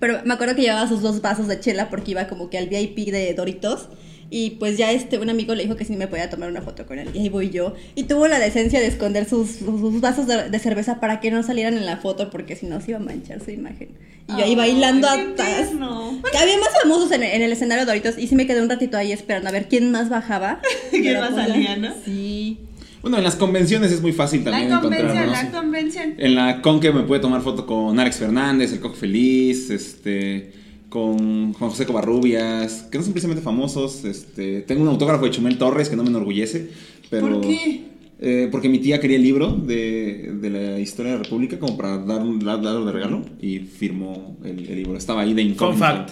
Speaker 5: Pero me acuerdo que llevaba sus dos vasos de chela porque iba como que al VIP de Doritos. Y pues ya este, un amigo le dijo que si me podía tomar una foto con él. Y ahí voy yo. Y tuvo la decencia de esconder sus, sus- sus vasos de, de cerveza para que no salieran en la foto porque si no se iba a manchar su imagen. Y yo ahí bailando
Speaker 3: Ay, qué
Speaker 5: atrás.
Speaker 3: tierno.
Speaker 5: Que había más famosos en, en el escenario de Doritos y sí me quedé un ratito ahí esperando a ver quién más bajaba.
Speaker 3: ¿Quién
Speaker 5: Pero,
Speaker 3: más
Speaker 5: pues, ya-
Speaker 3: salía, no?
Speaker 5: Sí.
Speaker 4: Bueno, en las convenciones es muy fácil también
Speaker 3: La convención,
Speaker 4: encontrarnos.
Speaker 3: la convención.
Speaker 4: En la Conque me pude tomar foto con Alex Fernández, el Coco Feliz, este, con Juan José Covarrubias, que no son precisamente famosos. Este, tengo un autógrafo de Chumel Torres que no me enorgullece, pero...
Speaker 3: ¿Por qué?
Speaker 4: Eh, porque mi tía quería el libro de, de la historia de la República como para dar un dar- darlo de regalo y firmó el, el libro. Estaba ahí de
Speaker 2: Fun
Speaker 4: incógnito.
Speaker 2: fact.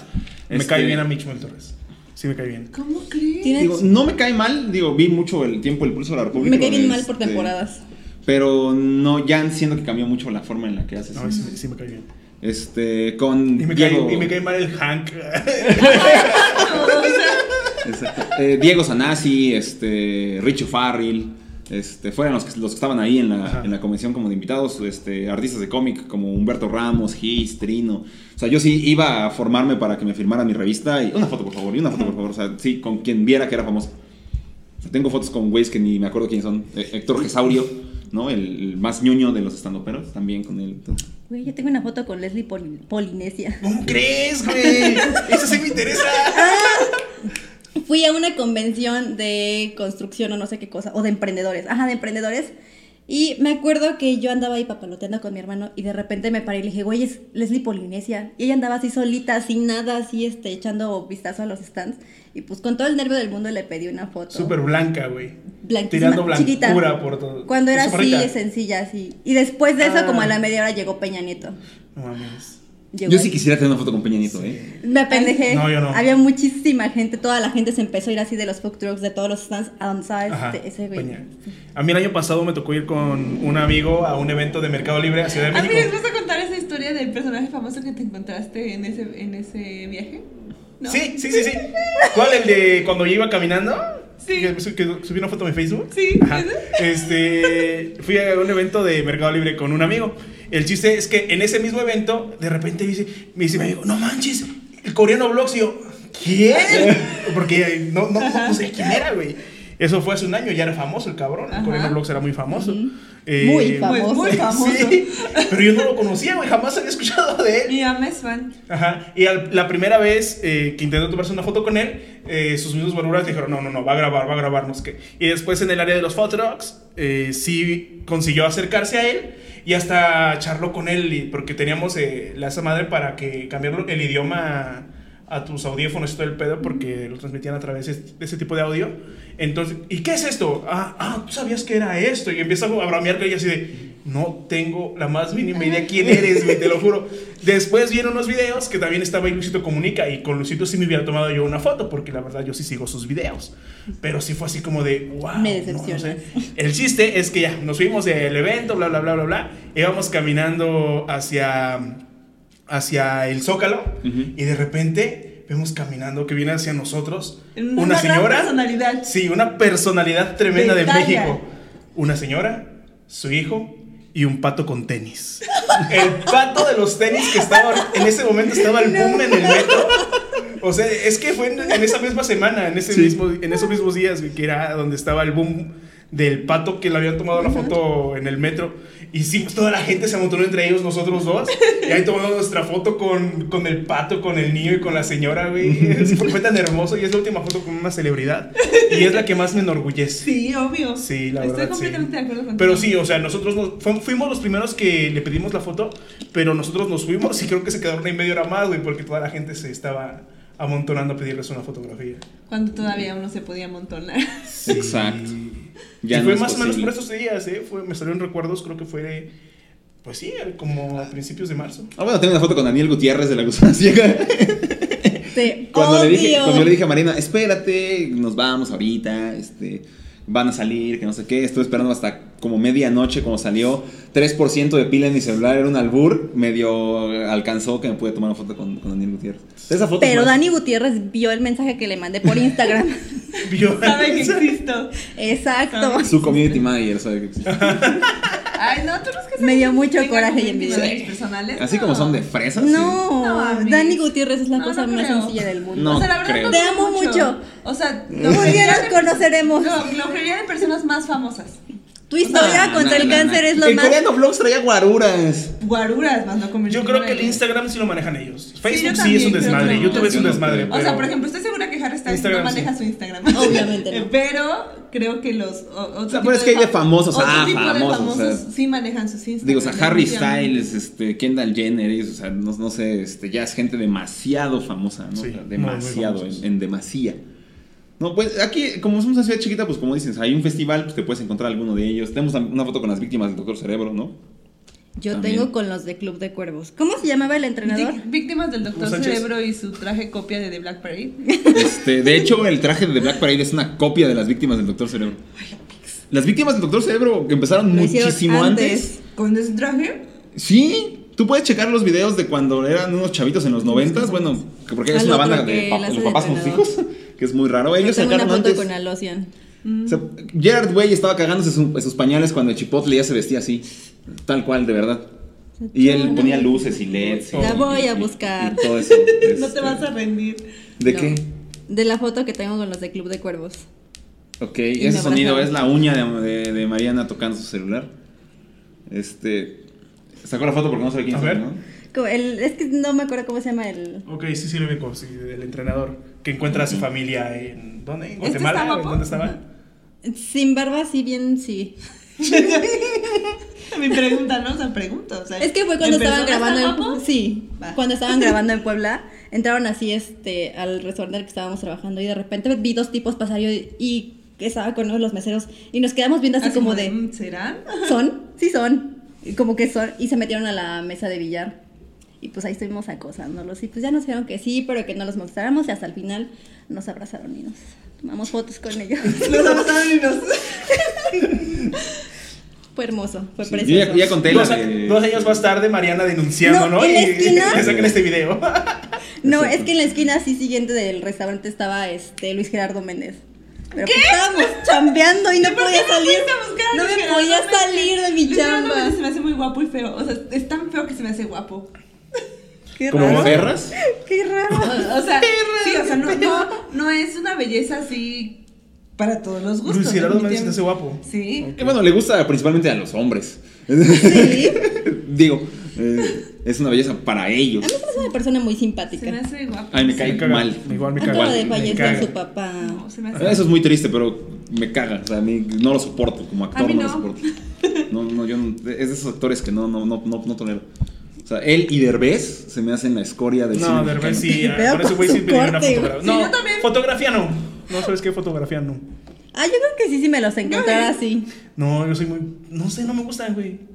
Speaker 2: Me
Speaker 4: Este,
Speaker 2: cae bien a mí Chumel Torres. Sí, me cae bien.
Speaker 3: ¿Cómo crees?
Speaker 5: Tiene-
Speaker 4: digo, no me cae mal, digo, vi mucho el tiempo, el pulso de la República.
Speaker 5: me caí bien mal
Speaker 4: este,
Speaker 5: por temporadas.
Speaker 4: Pero no, ya siento que cambió mucho la forma en la que haces.
Speaker 2: No, sí, sí me cae bien.
Speaker 4: Este, con
Speaker 2: Y me, cae,
Speaker 4: Diego,
Speaker 2: y me cae mal el Hank.
Speaker 4: Exacto. Eh, Diego Sanasi, este, Richo Farrell, este, fueron los que, los que estaban ahí en
Speaker 2: Ajá.
Speaker 4: la, en la convención como de invitados, este, artistas de cómic como Humberto Ramos, Gis, Trino. O sea, yo sí iba a formarme para que me firmara mi revista y una foto, por favor, y una foto, por favor. O sea, sí, con quien viera que era famoso. O sea, tengo fotos con güeyes que ni me acuerdo quiénes son. Eh, Héctor Gesaurio, ¿no? El, el más ñoño de los estandoperos, también con él.
Speaker 5: Güey, yo tengo una foto con Leslie Poli- Polinesia.
Speaker 2: ¿Cómo crees, güey? Eso sí me interesa.
Speaker 5: Fui a una convención de construcción o no sé qué cosa, o de emprendedores, ajá, de emprendedores. Y me acuerdo que yo andaba ahí papaloteando con mi hermano y de repente me paré y le dije, güey, es Leslie Polinesia. Y ella andaba así solita, sin nada, así este, echando vistazo a los stands. Y pues con todo el nervio del mundo le pedí una foto.
Speaker 2: Súper blanca, güey.
Speaker 5: blanquísima,
Speaker 2: Tirando
Speaker 5: chiquita.
Speaker 2: blancura por todo.
Speaker 5: Cuando era así,
Speaker 2: Chaparrita.
Speaker 5: sencilla, así. Y después de eso,
Speaker 2: Ah.
Speaker 5: como a la media hora llegó Peña Nieto.
Speaker 2: No mames.
Speaker 5: Llegó
Speaker 4: Yo sí
Speaker 5: ahí.
Speaker 4: quisiera tener una foto con Peña Nieto, ¿eh?
Speaker 5: Me pendejé.
Speaker 2: No, yo no.
Speaker 5: Había muchísima gente, toda la gente se empezó a ir así de los food trucks, de todos los stands, a donde estaba
Speaker 2: Ajá,
Speaker 5: este- ese güey.
Speaker 2: Peña. A mí el año pasado me tocó ir con un amigo a un evento de Mercado Libre a Ciudad de
Speaker 3: A mí
Speaker 2: México.
Speaker 3: les vas a contar esa historia del personaje famoso que te encontraste en ese, en ese viaje. ¿No?
Speaker 2: Sí, sí, sí, sí. ¿Cuál? ¿El de cuando yo iba caminando?
Speaker 3: Sí.
Speaker 2: Que, su- que subí una foto a mi Facebook.
Speaker 3: Sí,
Speaker 2: Ajá.
Speaker 3: ese.
Speaker 2: Este, fui a un evento de Mercado Libre con un amigo. El chiste es que en ese mismo evento, de repente dice, me dice mi amigo, no manches, el coreano blogs. Y yo, ¿quién? Porque no, no, no, no sé quién era, güey. Eso fue hace un año, ya era famoso el cabrón. El
Speaker 3: Ajá.
Speaker 2: coreano blogs era muy famoso. Eh,
Speaker 5: Muy
Speaker 3: Pues
Speaker 5: Famoso.
Speaker 3: muy famoso.
Speaker 2: Sí, pero yo no lo conocía, güey, jamás había escuchado de él.
Speaker 3: Mi mamá es fan.
Speaker 2: Ajá. Y al- la primera vez eh, que intentó tomarse una foto con él, eh, sus mismos barburas dijeron, no, no, no, va a grabar, va a grabar, no sé qué. Y después en el área de los photorogs, eh, sí consiguió acercarse a él y hasta charló con él, y- porque teníamos eh, la esa madre para que cambiar el idioma a tus audífonos y todo el pedo, porque lo transmitían a través de ese tipo de audio. Entonces, ¿y qué es esto? Ah, ah, tú sabías que era esto. Y empieza a bromear con ella así de, no tengo la más mínima idea quién eres, güey, te lo juro. Después vieron unos videos que también estaba ahí Luisito Comunica y con Luisito sí me hubiera tomado yo una foto porque la verdad yo sí sigo sus videos. Pero sí fue así como de, wow.
Speaker 5: Me
Speaker 2: no, no sé".
Speaker 5: decepcionas.
Speaker 2: El chiste es que ya nos fuimos del evento, bla, bla, bla, bla, bla. Íbamos caminando hacia hacia el zócalo
Speaker 4: Ujú.
Speaker 2: y de repente vemos caminando que viene hacia nosotros
Speaker 3: Una gran
Speaker 2: una, señora.
Speaker 3: personalidad.
Speaker 2: Sí, una personalidad tremenda de,
Speaker 3: De Italia.
Speaker 2: México. Una señora, su hijo y un pato con tenis. El pato de los tenis que estaba en ese momento estaba al boom en el metro. O sea, es que fue en, en esa misma semana, en, ese
Speaker 4: Sí.
Speaker 2: mismo, en esos mismos días, güey, que era donde estaba el boom del pato que le habían tomado la foto en el metro. Y sí, pues toda la gente se amontonó entre ellos, nosotros dos. Y ahí tomamos nuestra foto con, con el pato, con el niño y con la señora, güey. Es- Fue tan hermoso y es la última foto con una celebridad. Y es la que más me enorgullece.
Speaker 3: Sí, obvio.
Speaker 2: Sí, la
Speaker 3: Estoy
Speaker 2: verdad,
Speaker 3: completamente
Speaker 2: sí.
Speaker 3: de acuerdo contigo.
Speaker 2: Pero sí, o sea, nosotros nos- fu- fuimos los primeros que le pedimos la foto, pero nosotros nos fuimos y creo que se quedaron una y media hora más, güey, porque toda la gente se estaba amontonando a pedirles una fotografía.
Speaker 3: Cuando todavía uno se podía amontonar.
Speaker 4: Exacto.
Speaker 2: Ya
Speaker 4: Ya no
Speaker 2: fue
Speaker 4: es
Speaker 2: más o menos por
Speaker 4: posible.
Speaker 2: esos días, ¿eh? Fue, me salieron recuerdos, creo que fue, de- pues sí, al- como a principios de marzo.
Speaker 4: Ah, bueno, tengo una foto con Daniel Gutiérrez de la Gusana Ciega.
Speaker 5: Te
Speaker 4: Cuando, le dije,
Speaker 5: odio.
Speaker 4: cuando le dije a Marina, espérate, nos vamos ahorita, este, van a salir, que no sé qué. Estuve esperando hasta como medianoche cuando salió. 3% de pila en mi celular, era un albur. Medio alcanzó que me pude tomar una foto con, con Daniel Gutiérrez. Esa foto es
Speaker 5: Pero
Speaker 4: más-
Speaker 5: Dani Gutiérrez vio el mensaje que le mandé por Instagram.
Speaker 2: Ah. Vio-
Speaker 3: Sabe que existo.
Speaker 5: Exacto.
Speaker 2: Ah,
Speaker 4: Su community manager sabe que existe.
Speaker 3: Ay, no, tú no es que
Speaker 5: Me dio
Speaker 3: seas-
Speaker 5: mucho
Speaker 3: tengas
Speaker 5: coraje y
Speaker 3: community
Speaker 5: envidia.
Speaker 3: managers personales.
Speaker 4: Así como
Speaker 3: no.
Speaker 4: son de fresas.
Speaker 5: No,
Speaker 3: No, amigos.
Speaker 5: Dani Gutiérrez es la
Speaker 3: No,
Speaker 5: cosa
Speaker 3: no
Speaker 5: más
Speaker 3: creo.
Speaker 5: sencilla del mundo.
Speaker 4: No
Speaker 3: o sea, la verdad
Speaker 4: creo.
Speaker 3: no
Speaker 5: Te amo mucho.
Speaker 3: O sea,
Speaker 5: No nos conoceremos.
Speaker 3: Lo, lo creería de personas más famosas.
Speaker 5: Tu historia
Speaker 4: No,
Speaker 5: contra
Speaker 4: no,
Speaker 5: el
Speaker 4: no,
Speaker 5: cáncer
Speaker 4: no.
Speaker 5: es lo
Speaker 4: El
Speaker 5: más.
Speaker 4: coreano vlogs traía guaruras.
Speaker 3: Guaruras más no community
Speaker 2: Yo creo que el
Speaker 3: managers.
Speaker 2: Instagram sí lo manejan ellos.
Speaker 3: yo
Speaker 2: Facebook sí,
Speaker 3: también
Speaker 2: es un
Speaker 3: creo que
Speaker 2: desmadre,
Speaker 3: no.
Speaker 2: YouTube es
Speaker 4: Yo
Speaker 2: un
Speaker 4: no
Speaker 2: desmadre.
Speaker 4: creo.
Speaker 3: O sea,
Speaker 2: pero-
Speaker 3: por ejemplo, estoy segura que Harry Styles
Speaker 2: Instagram,
Speaker 3: no maneja
Speaker 2: sí.
Speaker 3: su Instagram.
Speaker 5: Obviamente no.
Speaker 3: Pero creo que los. o- otro
Speaker 4: O sea,
Speaker 3: tipo
Speaker 4: pero es que hay de
Speaker 3: fam-
Speaker 4: famosos,
Speaker 3: otro
Speaker 4: ah,
Speaker 3: tipo de
Speaker 4: famosos, o sea.
Speaker 3: sí manejan sus Instagram.
Speaker 4: Digo, o sea, Harry
Speaker 3: definitivamente.
Speaker 4: Styles, este, Kendall Jenner, ellos, o sea, no, no sé, este, ya es gente demasiado famosa, ¿no?
Speaker 2: Sí,
Speaker 4: O sea,
Speaker 2: muy,
Speaker 4: demasiado,
Speaker 2: muy
Speaker 4: en,
Speaker 2: famosos.
Speaker 4: en demasía. No, pues aquí, como somos una ciudad chiquita, pues como dices, hay un festival, pues te puedes encontrar alguno de ellos. Tenemos una foto con las víctimas del doctor Cerebro, ¿no?
Speaker 5: Yo
Speaker 4: También.
Speaker 5: tengo con los de Club de Cuervos. ¿Cómo se llamaba el entrenador?
Speaker 3: Vic- Víctimas del Doctor
Speaker 2: Sánchez.
Speaker 3: Cerebro y su traje copia de The Black Parade.
Speaker 4: Este, de hecho, el traje de Black Parade es una copia de las víctimas del doctor Cerebro. Las víctimas del doctor Cerebro que empezaron
Speaker 5: Lo hicieron
Speaker 4: muchísimo antes.
Speaker 3: ¿Con ese traje?
Speaker 4: Sí, tú puedes checar los videos de cuando eran unos chavitos en los noventas, bueno, que porque es
Speaker 5: Al
Speaker 4: una
Speaker 5: otro
Speaker 4: banda de
Speaker 5: que
Speaker 4: pa-
Speaker 5: la hace
Speaker 4: los papás
Speaker 5: de
Speaker 4: con sus hijos,
Speaker 5: entrenador.
Speaker 4: que es muy raro. Ellos
Speaker 5: Yo tengo
Speaker 4: sacaron
Speaker 5: una foto
Speaker 4: antes.
Speaker 5: con Alocian.
Speaker 4: o sea, Gerard Way estaba cagándose su- sus pañales cuando el Chipotle ya se vestía así, tal cual, de verdad. Y él ponía luces y LEDs. y-
Speaker 5: La voy a
Speaker 4: y- y-
Speaker 5: buscar.
Speaker 4: y todo eso.
Speaker 3: No
Speaker 4: este,
Speaker 3: te vas a rendir.
Speaker 4: ¿De
Speaker 5: No.
Speaker 4: qué?
Speaker 5: De la foto que tengo con los de Club de Cuervos.
Speaker 4: Ok,
Speaker 5: me
Speaker 4: ese sonido
Speaker 5: abrazaba.
Speaker 4: es la uña de, de- de Mariana tocando su celular. Este. Sacó la foto porque no sabe quién
Speaker 2: A
Speaker 4: es,
Speaker 2: ver.
Speaker 4: ¿no?
Speaker 5: Como el- es que no me acuerdo cómo se llama el.
Speaker 2: Ok, sí, sí, lo ubico, sí, el entrenador que encuentra a su familia en... ¿Dónde? ¿En
Speaker 3: ¿Este está
Speaker 2: Guatemala?
Speaker 3: guapo?
Speaker 2: ¿En ¿Dónde estaba?
Speaker 5: Sin barba, sí, bien, sí.
Speaker 3: Mi pregunta, ¿no? O sea, pregunto. O sea,
Speaker 5: Es que fue cuando
Speaker 3: ¿en
Speaker 5: estaban
Speaker 3: persona está
Speaker 5: grabando
Speaker 3: guapo?
Speaker 5: en sí,
Speaker 3: Va.
Speaker 5: cuando estaban grabando en Puebla, entraron así este al restaurante al que estábamos trabajando y de repente vi dos tipos pasar yo y, y estaba con uno de los meseros y nos quedamos viendo así,
Speaker 3: Así
Speaker 5: como de
Speaker 3: mm, ¿Será?
Speaker 5: son, sí son, y como que son y se metieron a la mesa de billar. Y pues ahí estuvimos acosándolos y pues ya nos dijeron que sí, pero que no los mostráramos y hasta el final nos abrazaron y nos tomamos fotos con ellos.
Speaker 3: Los abrazaron y nos.
Speaker 5: fue hermoso, fue
Speaker 4: Sí, yo
Speaker 5: precioso.
Speaker 4: ya, ya conté
Speaker 2: Dos,
Speaker 4: la de-
Speaker 2: dos años más tarde, Mariana denunciando,
Speaker 5: No,
Speaker 2: ¿no?
Speaker 5: en la
Speaker 2: Y-
Speaker 5: esquina.
Speaker 2: que saquen este video.
Speaker 5: No,
Speaker 4: Exacto.
Speaker 5: es que en la esquina así siguiente del restaurante estaba este Luis Gerardo Méndez. Pero pues estábamos chambeando y no
Speaker 3: ¿Por qué
Speaker 5: podía
Speaker 3: no
Speaker 5: salir.
Speaker 3: fuiste a buscar a
Speaker 5: No
Speaker 3: Luis
Speaker 5: me
Speaker 3: Gerardo
Speaker 5: podía
Speaker 3: Méndez?
Speaker 5: salir de mi
Speaker 3: Luis Gerardo
Speaker 5: chamba.
Speaker 3: Méndez se me hace muy guapo y feo. O sea, es tan feo que se me hace guapo.
Speaker 5: Qué
Speaker 4: ¿Como
Speaker 5: raro.
Speaker 4: perras?
Speaker 5: Qué raro.
Speaker 3: O sea, sí, o sea, no, no, no es una belleza así para todos los gustos.
Speaker 2: Luis Gerardo Méndez se te hace
Speaker 3: definitivamente.
Speaker 2: guapo.
Speaker 3: Sí.
Speaker 4: Que bueno, le gusta principalmente a los hombres.
Speaker 5: Sí.
Speaker 4: Digo, eh, es una belleza para ellos.
Speaker 5: Es una persona muy
Speaker 3: Se me
Speaker 5: simpática.
Speaker 3: hace guapo.
Speaker 4: Ay, me cae
Speaker 2: Me caga.
Speaker 4: mal.
Speaker 2: Igual me caga.
Speaker 5: Acaba de
Speaker 2: Me caga.
Speaker 5: fallecer su papá.
Speaker 3: No, se me hace
Speaker 4: Ah, Eso es muy triste, pero me caga. O sea, a mí no lo soporto. Como actor
Speaker 3: A mí
Speaker 4: no. lo
Speaker 3: no.
Speaker 4: soporto. No, no, yo no- es de esos actores que no, no, no, no, no tolero. O sea, él y Derbez se me hacen la escoria del cine
Speaker 2: No, de repente sí. ah,
Speaker 5: mexicano.
Speaker 2: Por eso, güey, sí
Speaker 5: Pero
Speaker 2: pediría una
Speaker 5: con su
Speaker 2: fotografía.
Speaker 5: corte.
Speaker 2: No,
Speaker 3: Sí, yo también.
Speaker 2: fotografía no. No sabes qué fotografía no.
Speaker 5: Ah, yo creo que sí, sí me los encontrara
Speaker 3: No,
Speaker 5: así.
Speaker 2: No, yo soy muy. No sé, no me gustan, güey.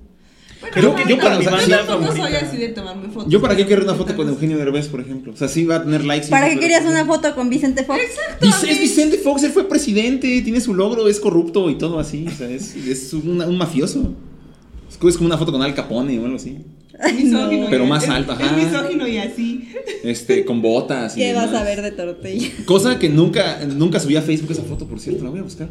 Speaker 3: Bueno,
Speaker 4: Creo que
Speaker 3: no,
Speaker 4: yo
Speaker 3: no,
Speaker 4: para los
Speaker 3: yo
Speaker 4: años-
Speaker 3: tampoco soy
Speaker 2: favorita.
Speaker 3: así de tomarme fotos.
Speaker 4: Yo para qué quiero
Speaker 3: quiero
Speaker 4: una foto con Eugenio Derbez, por ejemplo. O sea, sí va a tener likes. y
Speaker 5: ¿Para
Speaker 4: eso,
Speaker 5: qué
Speaker 4: pero-
Speaker 5: querías una foto con Vicente Fox?
Speaker 4: Dice, es Vicente Fox, él fue presidente, tiene su logro, es corrupto y todo así. O sea, es, es una- un mafioso. Es, co- es como una foto con Al Capone o algo así.
Speaker 3: Misógino y-
Speaker 4: Pero más
Speaker 3: es-
Speaker 4: alto, ajá.
Speaker 3: Es misógino y así.
Speaker 4: Este, con botas y
Speaker 5: ¿Qué vas a
Speaker 4: demás.
Speaker 5: ver de tortilla?
Speaker 4: Cosa que nunca, nunca subí a Facebook esa foto, por cierto, la voy a buscar.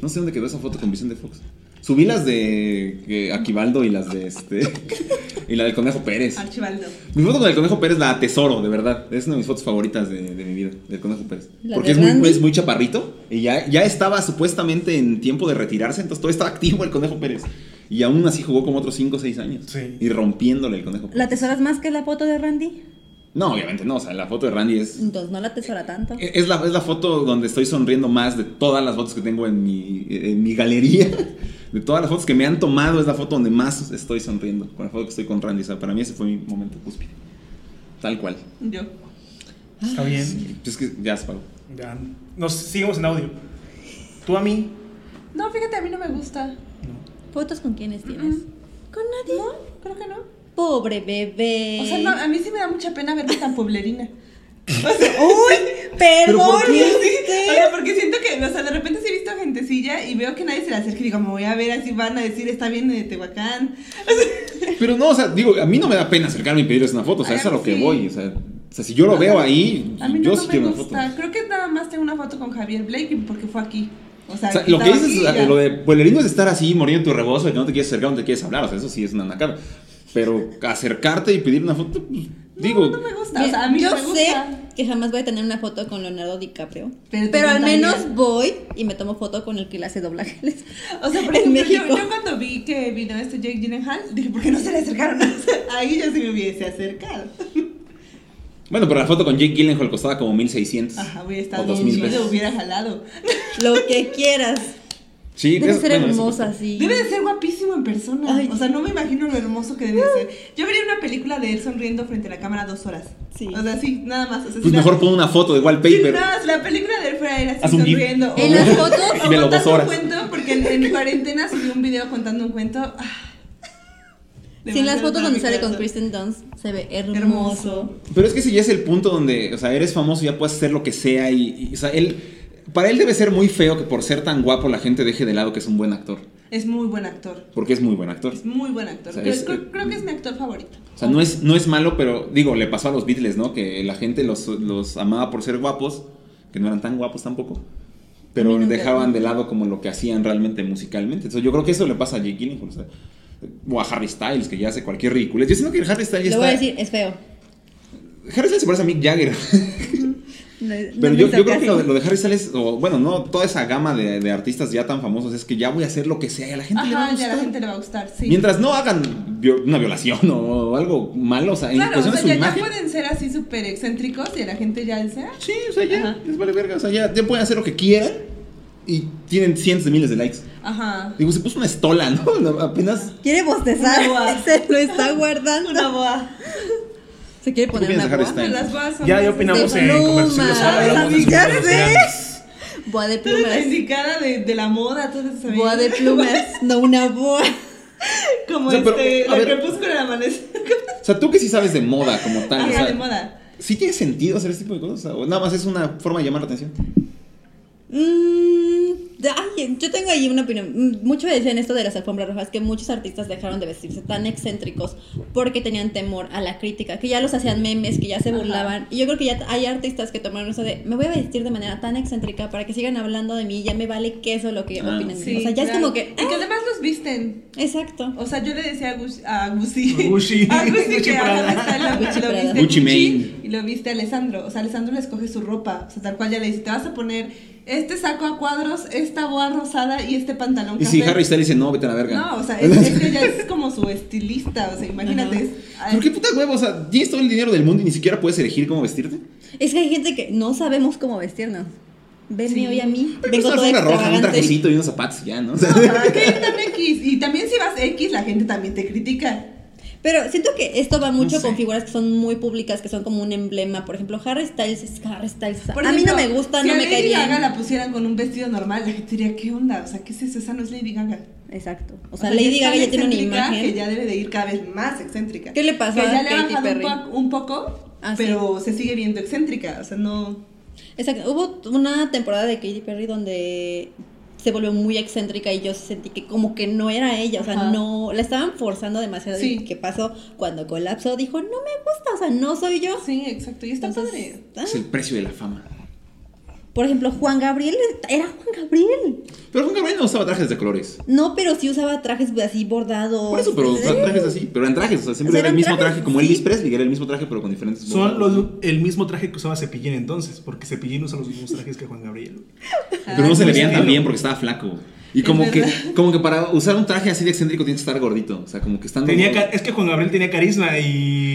Speaker 4: No sé dónde quedó esa foto con Vicente Fox. Subí las de eh, Aquivaldo y las de este. y la del Conejo Pérez.
Speaker 3: Archivaldo.
Speaker 4: Mi foto con el Conejo Pérez la atesoro, de verdad. Es una de mis fotos favoritas de, de mi vida, del Conejo Pérez.
Speaker 5: La
Speaker 4: Porque
Speaker 5: de
Speaker 4: es muy,
Speaker 5: Randy.
Speaker 4: es muy chaparrito y ya, ya estaba supuestamente en tiempo de retirarse, entonces todavía estaba activo el Conejo Pérez. Y aún así jugó como otros 5 o 6 años.
Speaker 2: Sí.
Speaker 4: Y rompiéndole el Conejo Pérez.
Speaker 5: ¿La tesoras más que la foto de Randy?
Speaker 4: No, obviamente no, o sea, la foto de Randy es
Speaker 5: Entonces no la tesora tanto.
Speaker 3: Eh.
Speaker 4: Es la, es la foto donde estoy sonriendo más de todas las fotos que tengo en mi, en mi galería. De todas las fotos que me han tomado, es la foto donde más estoy sonriendo. Con la foto que estoy con Randy. O sea, para mí ese fue mi momento cúspide. Tal cual.
Speaker 3: Yo.
Speaker 2: Está bien.
Speaker 4: Pues es que ya se paró.
Speaker 2: Ya. Nos seguimos en audio. Tú a mí.
Speaker 3: No, fíjate, a mí no me gusta.
Speaker 5: ¿Fotos con quiénes tienes? Con nadie.
Speaker 3: No, creo que no.
Speaker 5: Pobre bebé.
Speaker 3: O sea, no, a mí sí me da mucha pena verme tan pueblerina.
Speaker 5: Uy, perdón.
Speaker 3: oh, O sea, porque siento que, o sea, de repente sí he visto gentecilla y veo que nadie se le acerca y digo, me voy a ver, así van a decir, está bien de Tehuacán.
Speaker 4: Pero no, o sea, digo, a mí no me da pena acercarme y pedirles una foto. O sea,
Speaker 3: Ay,
Speaker 4: es a lo que
Speaker 3: sí.
Speaker 4: voy. O sea, o sea, si yo lo veo ahí,
Speaker 3: A mí no,
Speaker 4: yo
Speaker 3: no
Speaker 4: sí
Speaker 3: me
Speaker 4: quiero una foto.
Speaker 3: gusta. Creo que nada más tengo una foto con Javier Blake porque fue aquí. O sea,
Speaker 4: O sea, lo que
Speaker 3: estaba
Speaker 4: dices,
Speaker 3: aquí y
Speaker 4: o sea,
Speaker 3: ya.
Speaker 4: lo de pueblerino es estar así, muriendo en tu rebozo, y que no te quieres acercar, no te quieres hablar. O sea, eso sí es una nacada. Pero acercarte y pedir una foto, pues, digo.
Speaker 3: No, no me gusta. O sea, a mí
Speaker 5: yo
Speaker 3: no me
Speaker 5: sé
Speaker 3: gusta.
Speaker 5: que jamás voy a tener una foto con Leonardo DiCaprio.
Speaker 3: Pero te
Speaker 5: Pero, al
Speaker 3: encantaría.
Speaker 5: menos voy y me tomo foto con el que le hace doblajes.
Speaker 3: O sea, por
Speaker 5: En
Speaker 3: ejemplo, yo,
Speaker 5: México.
Speaker 3: yo cuando vi que vino este Jake Gyllenhaal, dije, ¿por qué no se le acercaron? O sea, Ahí yo sí me hubiese acercado.
Speaker 4: Bueno, pero la foto con Jake Gyllenhaal costaba como 1600.
Speaker 3: Ajá, hubiera
Speaker 4: O
Speaker 3: estado
Speaker 4: 2000
Speaker 3: bien chido,
Speaker 4: pesos.
Speaker 3: hubiera jalado.
Speaker 5: Lo que quieras.
Speaker 4: Sí,
Speaker 5: Debe
Speaker 4: eso-
Speaker 5: ser
Speaker 4: bueno, eso-
Speaker 5: hermosa, sí.
Speaker 3: Debe de ser guapísimo en persona.
Speaker 5: Ay.
Speaker 3: O sea, no me imagino lo hermoso que debe de ser. Yo vería una película de él sonriendo frente a la cámara dos horas.
Speaker 5: Sí.
Speaker 3: O sea, sí, nada más. O sea,
Speaker 4: Pues
Speaker 3: si
Speaker 4: mejor
Speaker 3: la,
Speaker 4: pon una foto de
Speaker 3: si
Speaker 4: wallpaper.
Speaker 3: nada más la película de él fuera él
Speaker 4: Haz
Speaker 3: así
Speaker 4: un GIF.
Speaker 3: sonriendo.
Speaker 5: En las fotos,
Speaker 4: Y velo
Speaker 3: o
Speaker 4: dos
Speaker 3: contando
Speaker 4: horas.
Speaker 3: un cuento, porque en, en cuarentena subí un video contando un cuento. Ah.
Speaker 5: Sin las
Speaker 3: Demasiado
Speaker 5: fotos donde
Speaker 3: para mi
Speaker 5: sale con
Speaker 3: corazón.
Speaker 5: Kristen Dunst, se ve hermoso.
Speaker 3: Hermoso.
Speaker 4: Pero es que si ya es el punto donde, o sea, eres famoso, ya puedes hacer lo que sea. Y, y, o sea, él. Para él debe ser muy feo que por ser tan guapo la gente deje de lado que es un buen actor.
Speaker 3: Es muy buen actor.
Speaker 4: Porque es muy buen actor.
Speaker 3: Es muy buen actor.
Speaker 4: O sea,
Speaker 3: creo,
Speaker 4: es- eh,
Speaker 3: creo- creo que es mi actor favorito.
Speaker 4: O sea, no es, no es malo, pero digo, le pasó a los Beatles, ¿no? Que la gente los, los amaba por ser guapos, que no eran tan guapos tampoco.
Speaker 5: A
Speaker 4: Pero
Speaker 5: mí nunca.
Speaker 4: dejaban de lado como lo que hacían realmente musicalmente. Entonces yo creo que eso le pasa a Jake Gyllenhaal, o, sea, o a Harry Styles, que ya hace cualquier ridículo. Yo siento que el Harry Styles
Speaker 5: Lo
Speaker 4: está...
Speaker 5: voy a decir, es feo.
Speaker 4: Harry Styles se parece a Mick Jagger.
Speaker 5: No- no
Speaker 4: Pero
Speaker 5: me
Speaker 4: yo,
Speaker 5: hizo
Speaker 4: yo creo que
Speaker 5: caso.
Speaker 4: lo de, lo de Harry Styles, o bueno, no, toda esa gama de, de artistas ya tan famosos es que ya voy a hacer lo que sea y a la gente le va a
Speaker 3: Ajá, ya
Speaker 4: gustar.
Speaker 3: la gente le va a gustar, Ah, sí.
Speaker 4: Mientras no hagan vio- una violación o algo malo, o sea, en
Speaker 3: claro, o
Speaker 4: cuestión
Speaker 3: sea,
Speaker 4: de su
Speaker 3: ya, ya
Speaker 4: imagen.
Speaker 3: pueden ser así súper excéntricos y la gente ya dice, ah,
Speaker 4: Sí, o sea, ya,
Speaker 3: Ajá.
Speaker 4: les vale verga. O sea, ya, ya pueden hacer lo que quieran y tienen cientos de miles de likes.
Speaker 3: ajá.
Speaker 4: Digo, se puso una estola, ¿no? No, Apenas.
Speaker 5: Quiere
Speaker 3: Una
Speaker 5: bostezar.
Speaker 3: boa.
Speaker 5: Se lo está guardando.
Speaker 3: Una boa.
Speaker 5: Se quiere
Speaker 4: ¿Qué
Speaker 5: poner
Speaker 4: opinas
Speaker 5: una
Speaker 4: de Harry
Speaker 5: boa.
Speaker 4: Styles?
Speaker 3: Las boas son
Speaker 2: Ya,
Speaker 3: las-
Speaker 2: ya opinamos
Speaker 5: De
Speaker 2: en
Speaker 5: pluma.
Speaker 2: conversaciones.
Speaker 5: Ah,
Speaker 2: hablamos en
Speaker 5: ya
Speaker 2: conversaciones.
Speaker 5: Boa de
Speaker 3: Tú eres la
Speaker 5: plumas.
Speaker 3: indicada de, de la moda, tú eres
Speaker 5: Boa de plumas, no una boa.
Speaker 3: Como
Speaker 4: O sea, pero,
Speaker 3: este,
Speaker 4: a
Speaker 3: la
Speaker 4: ver.
Speaker 3: crepúsculo del amanecer.
Speaker 4: O sea, tú que sí sabes de moda como tal. o
Speaker 3: Ajá,
Speaker 4: sea,
Speaker 3: Ah, de moda.
Speaker 4: ¿Sí tiene sentido hacer este tipo de cosas? ¿O nada más es una forma de llamar la atención?
Speaker 5: Mm, ay, yo tengo ahí una opinión. Mm, Mucho me decían esto de las alfombras rojas, que muchos artistas dejaron de vestirse tan excéntricos porque tenían temor a la crítica, que ya los hacían memes, que ya se
Speaker 3: Ajá.
Speaker 5: burlaban. Y yo creo que ya hay artistas que tomaron eso de, me voy a vestir de manera tan excéntrica para que sigan hablando de mí, ya me vale queso lo que
Speaker 4: Ah,
Speaker 5: opinen. de mí".
Speaker 3: Sí,
Speaker 5: o sea, ya es
Speaker 3: claro.
Speaker 5: como que...
Speaker 3: Y que además los visten.
Speaker 5: "Ah, exacto.
Speaker 3: O sea, yo le decía a Gucci, a Gucci,
Speaker 2: A Gucci.
Speaker 3: a Gucci
Speaker 2: Gucci
Speaker 3: que
Speaker 2: Prada.
Speaker 3: a Harry Styles
Speaker 5: Gucci
Speaker 3: lo
Speaker 5: Prada.
Speaker 3: viste Gucci
Speaker 4: Gucci Mane.
Speaker 3: y lo viste a Alessandro. O sea, Alessandro le escoge su ropa. O sea, tal cual ya le dice, te vas a poner este saco a cuadros, esta boa rosada y este pantalón
Speaker 4: Y
Speaker 3: café.
Speaker 4: si Harry Styles dice, no, vete a la verga.
Speaker 3: No, o sea, es, es que ya es como su estilista. O sea, imagínate. Ah,
Speaker 5: Ajá.
Speaker 3: es- ay,
Speaker 4: ¿Pero qué puta huevo? O sea, tienes todo el dinero del mundo y ni siquiera puedes elegir cómo vestirte.
Speaker 5: Es que hay gente que no sabemos cómo vestirnos. Venme
Speaker 3: Sí.
Speaker 5: hoy a mí,
Speaker 4: Pero
Speaker 5: vengo
Speaker 4: usas
Speaker 5: toda
Speaker 4: una roja, un
Speaker 5: extravagante.
Speaker 4: trajecito y unos zapatos, ya, ¿no? O sea,
Speaker 3: no, ¿para qué ir tan X? Y también si vas X, la gente también te critica.
Speaker 5: Pero siento que esto va mucho
Speaker 4: No sé.
Speaker 5: con figuras que son muy públicas, que son como un emblema. Por ejemplo, Harry Styles es Harry Styles.
Speaker 3: Por
Speaker 5: a mí no
Speaker 3: ejemplo,
Speaker 5: me gusta,
Speaker 3: si
Speaker 5: no
Speaker 3: a
Speaker 5: me cae
Speaker 3: Lady
Speaker 5: bien.
Speaker 3: Gaga la pusieran con un vestido normal, la gente diría, ¿qué onda? O sea, ¿qué es eso? Esa no es Lady Gaga.
Speaker 5: Exacto. O sea,
Speaker 3: ya
Speaker 5: Lady
Speaker 3: es tan
Speaker 5: Gaga ya tiene una
Speaker 3: excéntrica
Speaker 5: imagen.
Speaker 3: Que ya debe de ir cada vez más excéntrica.
Speaker 5: ¿Qué le pasó
Speaker 3: Que
Speaker 5: a
Speaker 3: ya le ha
Speaker 5: Katy
Speaker 3: bajado
Speaker 5: Perry?
Speaker 3: Un, po- un poco,
Speaker 5: Ah, sí.
Speaker 3: pero se sigue viendo excéntrica. O sea, no.
Speaker 5: Exacto. Hubo una temporada de Katy Perry donde se volvió muy excéntrica y yo sentí que como que no era ella, o sea,
Speaker 3: Ajá.
Speaker 5: no, la estaban forzando demasiado
Speaker 3: Sí.
Speaker 5: y qué pasó cuando colapsó, dijo, no me gusta, o sea, no soy yo.
Speaker 3: Sí, exacto. Y está
Speaker 5: Entonces,
Speaker 3: padre.
Speaker 5: ah,
Speaker 4: Es el precio de la fama.
Speaker 5: Por ejemplo, Juan Gabriel era Juan Gabriel.
Speaker 4: Pero Juan Gabriel no usaba trajes de colores.
Speaker 5: No, pero sí usaba trajes así bordados.
Speaker 4: Por eso, pero
Speaker 5: Sí.
Speaker 4: usaban trajes así. Pero eran trajes, o sea, siempre
Speaker 5: O sea,
Speaker 4: era el
Speaker 5: eran
Speaker 4: mismo
Speaker 5: trajes,
Speaker 4: traje como
Speaker 5: sí.
Speaker 4: Elvis Presley, que era el mismo traje, pero con diferentes.
Speaker 2: Son
Speaker 4: bordados.
Speaker 2: los, el mismo traje que usaba Cepillín entonces, porque Cepillín usa los mismos trajes que Juan Gabriel.
Speaker 4: Pero no se le veían
Speaker 2: sí.
Speaker 4: tan bien porque estaba flaco.
Speaker 3: Ah,
Speaker 4: Y
Speaker 3: Es
Speaker 4: como que,
Speaker 3: verdad.
Speaker 4: como que para usar un traje así de excéntrico tienes que estar gordito. O sea, como que están.
Speaker 2: Tenía ca- es que Juan Gabriel tenía carisma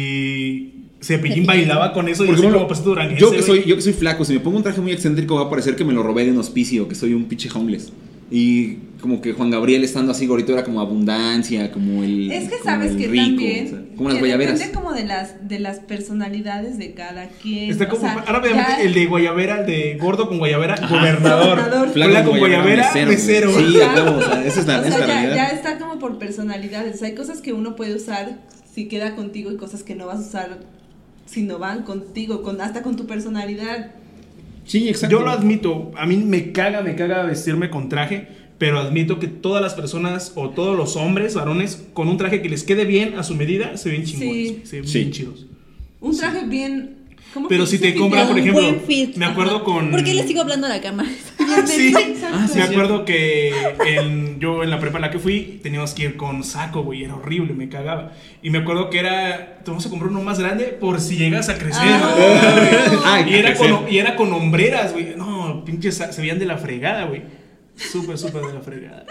Speaker 2: y Cepillín bailaba con eso y
Speaker 4: Porque,
Speaker 2: así
Speaker 4: bueno,
Speaker 2: como pasó durante
Speaker 4: yo, que soy, yo que soy flaco, si me pongo un traje muy excéntrico va a parecer que me lo robé de un hospicio, que soy un pinche homeless. Y como que Juan Gabriel estando así gordito era como abundancia, como el.
Speaker 3: Es que
Speaker 4: como
Speaker 3: sabes
Speaker 4: el
Speaker 3: que
Speaker 4: rico,
Speaker 3: también
Speaker 4: o sea, como las
Speaker 3: que
Speaker 4: guayaberas.
Speaker 3: depende como de las de las personalidades de cada quien.
Speaker 2: Está
Speaker 3: o
Speaker 2: como
Speaker 3: sea,
Speaker 2: rápidamente
Speaker 3: ya-
Speaker 2: el de Guayabera, el de gordo con Guayabera,
Speaker 4: Ajá.
Speaker 2: gobernador.
Speaker 3: Gobernador.
Speaker 2: Flaco con Guayabera, mesero.
Speaker 4: Sí, a huevo, o sea, esa es
Speaker 3: o
Speaker 4: la, esa es
Speaker 3: sea,
Speaker 4: la
Speaker 3: ya,
Speaker 4: realidad.
Speaker 3: ya está como por personalidades. O sea, hay cosas que uno puede usar si queda contigo y cosas que no vas a usar si no van contigo, con, hasta con tu personalidad.
Speaker 4: Sí, exacto.
Speaker 2: Yo lo admito, a mí me caga, me caga vestirme con traje, pero admito que todas las personas o todos los hombres, varones, con un traje que les quede bien a su medida, se ven chingones,
Speaker 3: Sí.
Speaker 2: se ven
Speaker 4: Sí.
Speaker 2: bien chidos.
Speaker 3: Un traje bien. ¿cómo
Speaker 2: Pero
Speaker 3: que
Speaker 2: si
Speaker 3: dice?
Speaker 2: te compran, por
Speaker 5: Un
Speaker 2: ejemplo,
Speaker 5: buen fit.
Speaker 2: me acuerdo
Speaker 5: Ajá.
Speaker 2: con-
Speaker 5: ¿Por qué le sigo hablando a la cámara?
Speaker 2: Sí.
Speaker 4: Ah,
Speaker 2: me
Speaker 4: sí, es cierto.
Speaker 2: acuerdo que en- yo en la prepa a la que fui teníamos que ir con saco, güey, era horrible, me cagaba. Y me acuerdo que era, te vamos a comprar uno más grande por si llegas a crecer.
Speaker 4: Ah.
Speaker 2: Ah,
Speaker 4: Ay,
Speaker 2: Y era,
Speaker 4: que sea.
Speaker 2: con, y era con hombreras, güey. No, pinches, sa- se veían de la fregada, güey. Súper, súper de la fregada.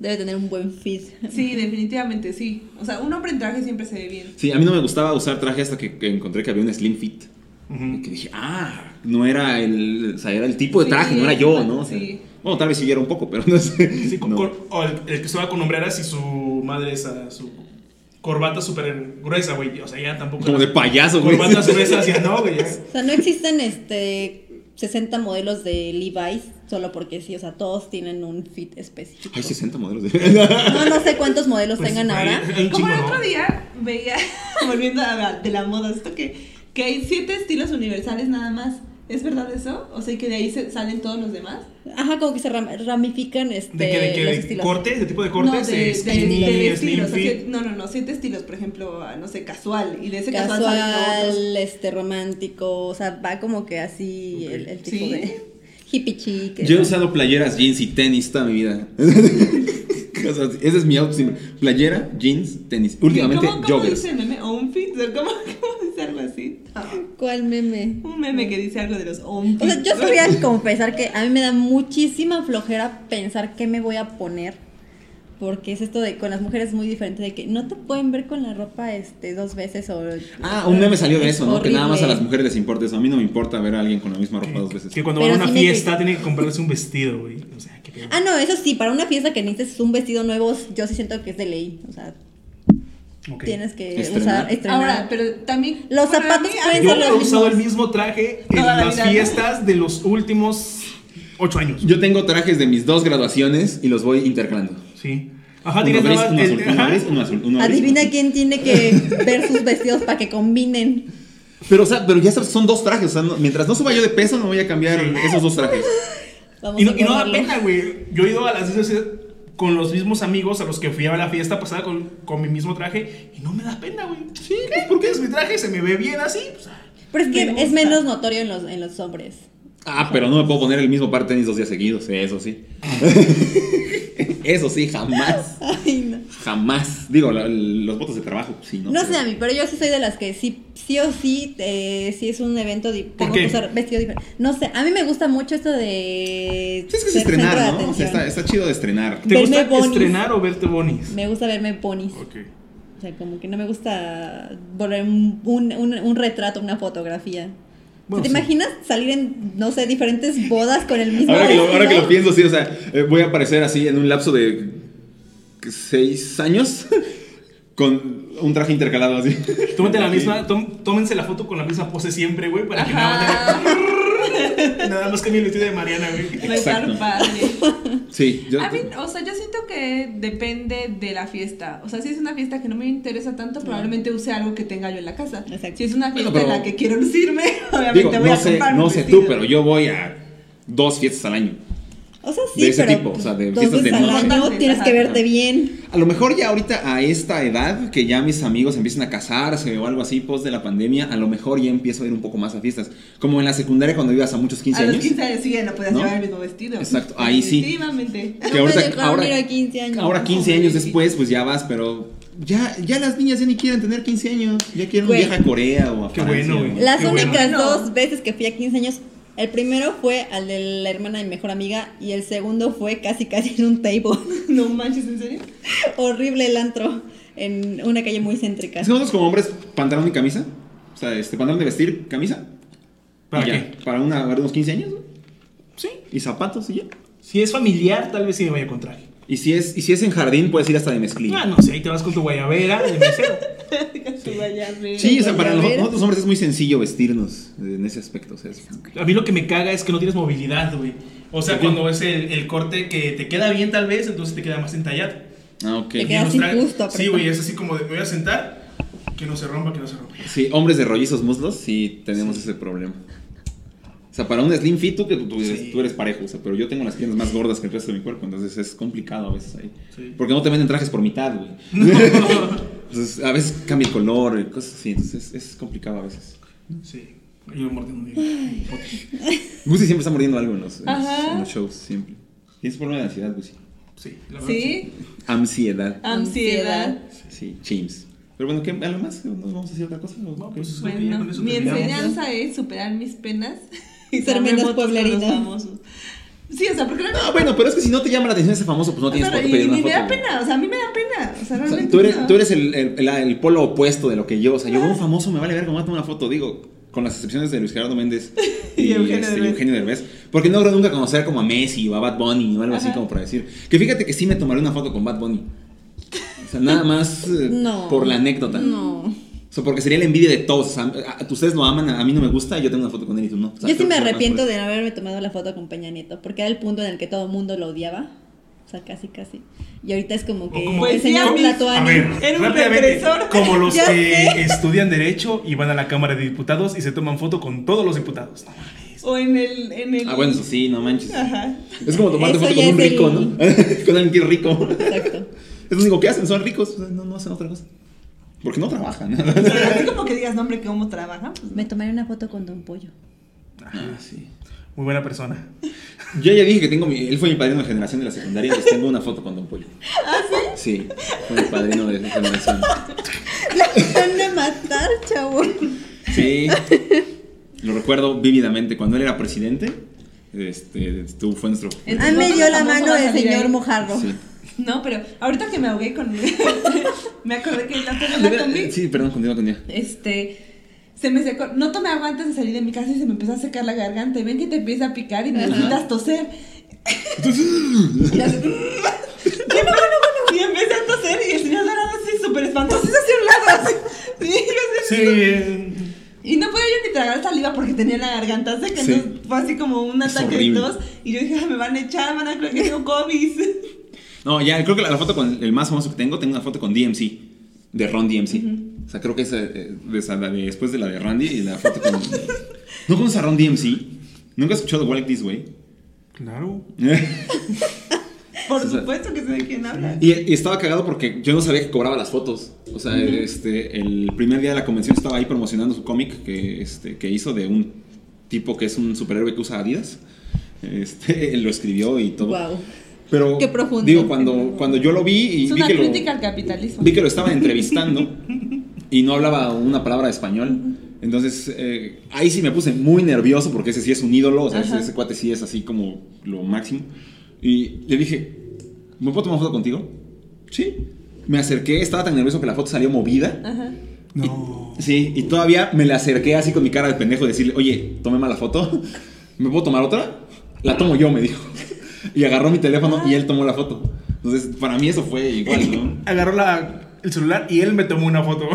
Speaker 5: Debe tener un buen fit.
Speaker 3: Sí, definitivamente, sí. O sea, un hombre en traje siempre se ve bien.
Speaker 4: Sí, a mí no me gustaba usar traje hasta que, que encontré que había un slim fit.
Speaker 2: Ujú.
Speaker 4: Que dije, ah, no era el, o sea, era el tipo de
Speaker 3: Sí,
Speaker 4: traje, no era yo, ¿no? O sea,
Speaker 3: sí.
Speaker 4: Bueno, tal vez sí era un poco, pero no sé.
Speaker 2: Sí, con-
Speaker 4: No.
Speaker 2: con- o el, el que estaba con hombreras y su madre esa, su corbata súper gruesa, güey. O sea, ya tampoco.
Speaker 4: Como
Speaker 2: era-
Speaker 4: de payaso, güey.
Speaker 2: Corbatas gruesas, ya no, güey. ya.
Speaker 5: O sea, no existen este 60 modelos de Levi's solo porque sí, o sea, todos tienen un fit específico.
Speaker 4: Hay 60 modelos de.
Speaker 5: No, no sé cuántos modelos
Speaker 2: Pues,
Speaker 5: tengan
Speaker 2: güey,
Speaker 5: ahora.
Speaker 2: hay un
Speaker 3: Como el
Speaker 2: chingo,
Speaker 3: otro
Speaker 2: ¿no?
Speaker 3: día veía, volviendo a la- de la moda, esto que, que hay siete estilos universales nada más. ¿Es verdad eso? O sea, que de ahí se- salen todos los demás.
Speaker 5: Ajá, como que se ram- ramifican este
Speaker 2: ¿De qué? ¿De qué?
Speaker 5: los
Speaker 2: ¿De
Speaker 5: estilos.
Speaker 2: cortes? ¿De tipo de cortes?
Speaker 3: No, de, de-
Speaker 2: skinny,
Speaker 3: de
Speaker 2: slim
Speaker 3: estilos, o sea,
Speaker 2: fit.
Speaker 3: siete- no, no, no, siete estilos, por ejemplo, ah, no sé, casual, y de ese casual, salen otros.
Speaker 5: Casual, este romántico, o sea, va como que así el, el tipo
Speaker 3: Sí.
Speaker 5: de hippie chic.
Speaker 4: Yo he usado playeras, jeans y tenis toda mi vida. O sea, ese es mi outfit siempre. Playera, jeans, tenis. Últimamente,
Speaker 3: ¿Cómo, cómo
Speaker 4: joggers.
Speaker 3: dice el meme? ¿Outfit? ¿Cómo, ¿Cómo dice algo así?
Speaker 5: ¿Cuál meme?
Speaker 3: Un meme que dice algo de los outfits.
Speaker 5: O sea, yo quería confesar que a mí me da muchísima flojera pensar qué me voy a poner. Porque es esto de con las mujeres muy diferente de que no te pueden ver con la ropa este dos veces o
Speaker 4: Ah, un meme salió de eso, ¿no? Que nada más a
Speaker 5: Horrible.
Speaker 4: las mujeres les importa eso. A mí no me importa ver a alguien con la misma ropa dos
Speaker 2: Que,
Speaker 4: veces.
Speaker 2: que cuando
Speaker 5: Pero
Speaker 2: van a una
Speaker 5: sí me-
Speaker 2: fiesta tienen que comprarse un vestido, güey. O sea, qué pedo.
Speaker 5: Ah, no, eso sí, para una fiesta que necesites un vestido nuevo, yo sí siento que es de ley. O sea,
Speaker 2: Ok.
Speaker 5: tienes que
Speaker 4: Estrenar.
Speaker 5: usar, estrenar.
Speaker 3: Ahora, pero también...
Speaker 5: Los
Speaker 3: para
Speaker 5: zapatos
Speaker 3: mí,
Speaker 5: pueden
Speaker 2: Yo
Speaker 5: son los
Speaker 2: he usado el
Speaker 5: mismos.
Speaker 2: mismo traje en
Speaker 3: Toda la
Speaker 2: las
Speaker 3: vida, ¿no?
Speaker 2: fiestas de los últimos ocho años.
Speaker 4: Yo tengo trajes de mis dos graduaciones y los voy intercalando.
Speaker 2: Sí. Ajá,
Speaker 4: Uno
Speaker 2: tienes
Speaker 4: gris,
Speaker 2: nada más
Speaker 4: uno azul,
Speaker 2: el-
Speaker 4: uno
Speaker 2: ajá.
Speaker 4: gris, uno azul, uno gris, uno
Speaker 5: Adivina
Speaker 4: azul.
Speaker 5: quién tiene que ver sus vestidos para que combinen.
Speaker 4: Pero, o sea, pero ya sabes, son dos trajes. O sea, no- mientras no suba yo de peso, no voy a cambiar
Speaker 2: Sí.
Speaker 4: esos dos trajes.
Speaker 5: Vamos
Speaker 2: Y
Speaker 5: a
Speaker 2: no, y no da
Speaker 5: probarlo.
Speaker 2: pena, güey. Yo he ido a las fiestas con los mismos amigos a los que fui a la fiesta pasada con, con mi mismo traje y no me da pena, güey. Sí, pues porque es mi traje, se me ve bien así. Pues, ah.
Speaker 5: Pero es que
Speaker 3: Me
Speaker 5: es
Speaker 3: gusta.
Speaker 5: menos notorio en los, en los hombres.
Speaker 4: Ah, pero no me puedo poner el mismo par de tenis dos días seguidos. Eso sí. Eso sí, jamás.
Speaker 5: Ay, no.
Speaker 4: Jamás. Digo, la- los votos de trabajo, sí, ¿no?
Speaker 5: No, sé a mí, pero yo sí soy de las que sí, sí o sí, eh, sí es un evento, di-
Speaker 2: ¿Por
Speaker 5: tengo
Speaker 2: qué?
Speaker 5: que usar vestido diferente. No sé, a mí me gusta mucho esto de.
Speaker 4: Sí, es que es
Speaker 5: ser centro de
Speaker 4: estrenar, ¿no? O sea,
Speaker 5: atención.
Speaker 4: está, está chido de estrenar.
Speaker 2: ¿Te
Speaker 5: Verme
Speaker 2: gusta
Speaker 5: bonis.
Speaker 2: estrenar o verte bonis?
Speaker 5: Me gusta verme ponis.
Speaker 2: Ok.
Speaker 5: O sea, como que no me gusta volver un, un, un- un retrato, una fotografía.
Speaker 2: Bueno,
Speaker 5: ¿Te
Speaker 2: sí.
Speaker 5: imaginas salir en, no sé, diferentes bodas con el mismo
Speaker 4: Ahora que, lo, ahora que
Speaker 5: vestido?
Speaker 4: lo pienso, sí, o sea, eh, voy a aparecer así en un lapso de seis años con un traje intercalado así.
Speaker 2: Tómate la
Speaker 4: Así.
Speaker 2: misma, tom- tómense la foto con la misma pose siempre, güey, para que nada,
Speaker 3: Ajá,
Speaker 2: nada más que mi vestido de Mariana, güey.
Speaker 3: va a estar
Speaker 4: Exacto.
Speaker 3: padre.
Speaker 4: Sí, yo.
Speaker 3: A mí, o sea, yo siento que depende de la fiesta. O sea, si es una fiesta que no me interesa tanto, probablemente use algo que tenga yo en la casa.
Speaker 5: Exacto.
Speaker 3: Si es una fiesta
Speaker 4: pero-
Speaker 3: en la que quiero lucirme, obviamente
Speaker 4: digo,
Speaker 3: voy
Speaker 4: no
Speaker 3: a
Speaker 4: sé,
Speaker 3: comprar un
Speaker 4: no sé tú,
Speaker 3: vestido.
Speaker 4: pero yo voy a dos fiestas al año.
Speaker 5: O sea, sí,
Speaker 4: De ese
Speaker 5: pero
Speaker 4: tipo, o sea, de
Speaker 5: pues, dos
Speaker 4: fiestas de
Speaker 5: veces al
Speaker 4: noche.
Speaker 5: año tienes que verte bien.
Speaker 4: A lo mejor ya ahorita a esta edad que ya mis amigos empiezan a casarse o algo así post de la pandemia, a lo mejor ya empiezo a ir un poco más a fiestas. Como en la secundaria cuando ibas a muchos 15
Speaker 3: a los
Speaker 4: años.
Speaker 3: 15 años sí ya no podías
Speaker 4: ¿No?
Speaker 3: llevar el mismo vestido.
Speaker 4: Exacto, ahí sí.
Speaker 3: Definitivamente.
Speaker 4: Que
Speaker 5: No me
Speaker 4: ahorita-
Speaker 5: dejaron
Speaker 4: ahora-
Speaker 5: ir a 15 años.
Speaker 4: Ahora 15 años
Speaker 3: Sí.
Speaker 4: después, pues ya vas, pero ya, ya las niñas ya ni quieren tener 15 años, ya quieren
Speaker 5: Güey.
Speaker 4: viajar a Corea o a
Speaker 2: Qué
Speaker 4: Francia,
Speaker 2: bueno, güey.
Speaker 4: o-
Speaker 5: Las
Speaker 2: Qué bueno.
Speaker 5: únicas
Speaker 3: No.
Speaker 5: dos veces que fui a 15 años, el primero fue al de la hermana de mi mejor amiga y el segundo fue casi casi en un table.
Speaker 3: No manches, ¿en serio?
Speaker 5: Horrible el antro en una calle muy céntrica.
Speaker 4: Es que nosotros como hombres, pantalón y camisa, o sea, este, pantalón de vestir, camisa,
Speaker 2: ¿Para
Speaker 4: y ya,
Speaker 2: qué?
Speaker 4: para una, para unos 15 años, ¿no?
Speaker 2: Sí.
Speaker 4: y zapatos y ya.
Speaker 2: Si es familiar, tal vez sí me vaya con traje.
Speaker 4: Y si es, y si es en jardín, puedes ir hasta de mezclilla.
Speaker 2: Ah, no sé, ahí te vas con tu guayabera de mesero.
Speaker 3: Tú vayas, ve.
Speaker 4: Sí, o sea, para
Speaker 5: Guayabera.
Speaker 4: los- nosotros hombres es muy sencillo vestirnos en ese aspecto. O sea, es-
Speaker 2: A mí lo que me caga es que no tienes movilidad, güey. O sea,
Speaker 4: Ok.
Speaker 2: cuando es el, el corte que te queda bien, tal vez, entonces te queda más entallado.
Speaker 4: Ah, ok.
Speaker 5: Te
Speaker 2: Y
Speaker 5: quedas
Speaker 2: los
Speaker 5: sin
Speaker 2: trajes-
Speaker 5: gusto,
Speaker 2: Sí,
Speaker 5: apretado.
Speaker 2: güey, es así como de, me voy a sentar, que no se rompa, que no se rompa.
Speaker 4: Sí, hombres de rollizos muslos, sí tenemos ese problema. O sea, para un slim fit, tú, que tú, tú eres,
Speaker 2: Sí.
Speaker 4: tú eres parejo, o sea, pero yo tengo las piernas más gordas que el resto de mi cuerpo, entonces es complicado a veces ahí.
Speaker 2: Sí.
Speaker 4: Porque no te venden trajes por mitad, güey. Entonces, a veces cambia el color, eh, cosas así, entonces es, es complicado a veces.
Speaker 2: Sí, yo mordiendo mi pote.
Speaker 4: Gusi siempre está mordiendo algo en los, en los-
Speaker 3: Ajá.
Speaker 4: en los shows, siempre. Tienes problema de ansiedad, Gusi.
Speaker 2: Sí, la verdad.
Speaker 3: Sí,
Speaker 4: Ansiedad.
Speaker 3: ansiedad.
Speaker 4: Sí, James. Pero bueno, ¿qué, ¿algo más? ¿Nos vamos a decir otra cosa? ¿O
Speaker 2: No,
Speaker 4: qué?
Speaker 2: pues, creo que ya
Speaker 3: Bueno,
Speaker 2: con eso
Speaker 3: mi
Speaker 2: terminamos.
Speaker 3: enseñanza es superar mis penas
Speaker 5: Y ser menos
Speaker 3: Hablemos con los
Speaker 5: pueblerina.
Speaker 3: famosos. Sí, o sea, porque realmente-
Speaker 4: No, bueno, pero es que si no te llama la atención ese famoso, pues no tienes por
Speaker 3: pero
Speaker 4: qué
Speaker 3: y-
Speaker 4: pedir
Speaker 3: y
Speaker 4: una
Speaker 3: ni me
Speaker 4: foto,
Speaker 3: da
Speaker 4: güey.
Speaker 3: pena, o sea, a mí me da pena. O sea,
Speaker 4: O sea,
Speaker 3: realmente.
Speaker 4: tú eres,
Speaker 3: no.
Speaker 4: tú eres el, el- el- el polo opuesto de lo que yo. O sea, yo veo un famoso, me vale ver cómo tomo una foto, digo, con las excepciones de Luis Gerardo Méndez y,
Speaker 3: Y Eugenio
Speaker 4: este,
Speaker 3: Derbez.
Speaker 4: Eugenio Derbez. Porque no logro nunca conocer como a Messi o a Bad Bunny o algo así
Speaker 3: Ajá.
Speaker 4: como para decir. Que fíjate que sí me tomaré una foto con Bad Bunny. O sea, nada más eh,
Speaker 5: No.
Speaker 4: por la anécdota.
Speaker 5: No.
Speaker 4: O sea, porque sería la envidia de todos. O sea, a- a- ustedes lo aman, a a mí no me gusta, yo tengo una foto con él y tú no. O sea,
Speaker 5: Yo sí
Speaker 4: creo
Speaker 5: me
Speaker 4: que nada más
Speaker 5: arrepiento
Speaker 4: por
Speaker 5: de no haberme tomado la foto con Peña Nieto, porque era el punto en el que todo el mundo lo odiaba. O sea, casi, casi. Y ahorita es como que
Speaker 2: O como-
Speaker 5: el
Speaker 3: Pues sí,
Speaker 5: señor
Speaker 3: a mí-
Speaker 2: A
Speaker 5: Tlatuani.
Speaker 2: ver,
Speaker 3: Era un
Speaker 2: rápidamente,
Speaker 3: represor.
Speaker 2: como los
Speaker 5: Ya
Speaker 2: que estudian derecho y van a la Cámara de Diputados y se toman foto con todos los diputados. No mames.
Speaker 3: O en el. En el...
Speaker 4: Ah, bueno, eso sí, no manches.
Speaker 3: Ajá.
Speaker 4: Es como tomarte
Speaker 5: Eso
Speaker 4: foto
Speaker 5: ya
Speaker 4: con un
Speaker 5: es el-
Speaker 4: rico, ¿no? con alguien que es rico.
Speaker 5: Exacto.
Speaker 4: Es lo único que hacen, son ricos, o sea, no, no hacen otra cosa. Porque no trabajan.
Speaker 3: O sea, así como que digas, no, hombre, que cómo trabaja. pues,
Speaker 5: Me tomaré una foto con Don Pollo.
Speaker 4: Ah, sí.
Speaker 2: Muy buena persona.
Speaker 4: Yo ya dije que tengo mi, él fue mi padrino de generación de la secundaria, pues tengo una foto con Don Pollo. ¿Ah, sí? Sí, fue mi padrino de generación.
Speaker 5: La van a matar, chavo.
Speaker 4: Sí. Lo recuerdo vívidamente, cuando él era presidente, este, tú fue nuestro...
Speaker 3: Entonces,
Speaker 5: Ah, me
Speaker 3: nosotros
Speaker 5: dio la
Speaker 3: famosos
Speaker 5: mano
Speaker 3: vas a
Speaker 5: el
Speaker 3: salir
Speaker 5: señor
Speaker 3: ahí.
Speaker 5: Mojarro.
Speaker 4: Sí.
Speaker 3: No, pero ahorita que me ahogué con. me acordé que la
Speaker 4: Ah,
Speaker 3: otra vez
Speaker 4: de
Speaker 3: la
Speaker 4: veras,
Speaker 3: comí.
Speaker 4: sí, perdón, continúa, continúa.
Speaker 3: Este. Se me secó. No tomé agua antes de salir de mi casa y se me empezó a secar la garganta. Y ven que te empieza a picar y necesitas toser. Y bueno, bueno, bueno. Y empecé a toser y el señor Dorado así súper espantoso. Se hacia un lado así. Y yo así-
Speaker 2: Sí. eh,
Speaker 3: Y no podía yo ni tragar saliva porque tenía la garganta seca.
Speaker 4: Sí.
Speaker 3: Entonces fue así como un
Speaker 4: Es
Speaker 3: ataque de
Speaker 4: horrible.
Speaker 3: tos. Y yo dije, "Ah, me van a echar, van a creer que tengo COVID.
Speaker 4: No, ya, creo que la, la foto con el más famoso que tengo, tengo una foto con DMC, de Ron DMC. O sea, creo que es eh, de esa- la de- después de la de Randy y la foto con... ¿No conoces a Ron DMC? ¿Nunca has escuchado Walk This Way?
Speaker 2: Claro.
Speaker 3: Por
Speaker 4: O sea,
Speaker 3: supuesto que sé de quién habla.
Speaker 4: Y, y estaba cagado porque yo no sabía que cobraba las fotos. O sea, este, el primer día de la convención estaba ahí promocionando su cómic que, este, que hizo de un tipo que es un superhéroe que usa Adidas. Este, él lo escribió y todo.
Speaker 5: Wow.
Speaker 4: Pero,
Speaker 5: Qué profundo.
Speaker 4: Digo, cuando, cuando yo lo vi y
Speaker 3: Es
Speaker 4: vi
Speaker 3: una
Speaker 4: que lo-
Speaker 3: crítica al capitalismo.
Speaker 4: Vi que lo estaban entrevistando y no hablaba una palabra de español. Entonces, eh, ahí sí me puse muy nervioso porque ese sí es un ídolo, o sea, ese,
Speaker 3: Ajá.
Speaker 4: ese cuate sí es así como lo máximo. Y le dije, ¿me puedo tomar foto contigo? Sí. Me acerqué, estaba tan nervioso que la foto salió movida.
Speaker 3: Ajá.
Speaker 2: No.
Speaker 4: Sí, y todavía me la acerqué así con mi cara de pendejo y decirle, oye, tomé mala foto, ¿me puedo tomar otra? La tomo yo, me dijo. Y agarró mi teléfono
Speaker 3: Ah.
Speaker 4: y él tomó la foto. Entonces, para mí eso fue igual, ¿no?
Speaker 2: Agarró la, el celular y él me tomó una foto.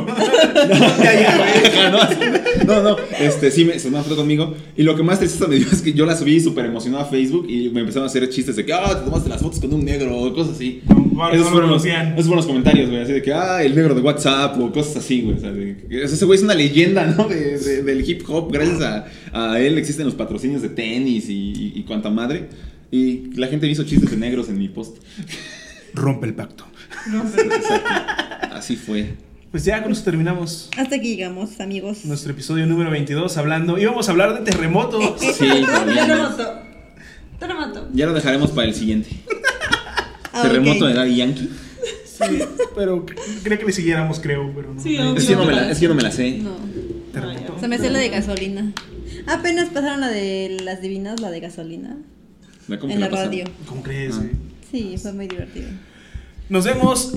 Speaker 2: Ya, ya, güey.
Speaker 4: No, no, este, sí, me, se tomó una foto conmigo. Y lo que más tristeza me dio es que yo la subí súper emocionado a Facebook y me empezaron a hacer chistes de que, ah, te tomaste las fotos con un negro o cosas así.
Speaker 2: No, no lo
Speaker 4: fueron los,
Speaker 2: conocían.
Speaker 4: esos fueron los comentarios, güey, así de que, ah, el negro de WhatsApp o cosas así, güey. O sea, de que- o sea, ese güey es una leyenda, ¿no? De- de- del hip hop, gracias a, a él existen los patrocinios de tenis y, y- y cuanta madre. Y la gente me hizo chistes de negros en mi post.
Speaker 2: Rompe el pacto.
Speaker 4: Así fue.
Speaker 2: Pues ya con eso terminamos
Speaker 5: Hasta aquí llegamos, amigos.
Speaker 2: nuestro episodio número 22 hablando. Íbamos a hablar de terremotos.
Speaker 4: Sí, también.
Speaker 3: Terremoto. Terremoto.
Speaker 4: Ya lo dejaremos para el siguiente.
Speaker 5: Ah,
Speaker 4: Terremoto
Speaker 5: ok.
Speaker 4: de Daddy Yankee.
Speaker 2: Sí, pero creo que le siguiéramos, creo, pero no.
Speaker 3: Sí,
Speaker 4: Es que, yo no me la, es que yo no me la sé.
Speaker 5: No.
Speaker 2: Terremoto.
Speaker 5: Se me hace la de gasolina. Apenas pasaron la de las divinas, la de gasolina.
Speaker 4: La- ¿cómo que
Speaker 5: En la
Speaker 4: pasaron?
Speaker 5: radio.
Speaker 2: ¿Cómo crees?
Speaker 4: Ah.
Speaker 2: güey?
Speaker 5: Sí, fue muy divertido.
Speaker 2: Nos vemos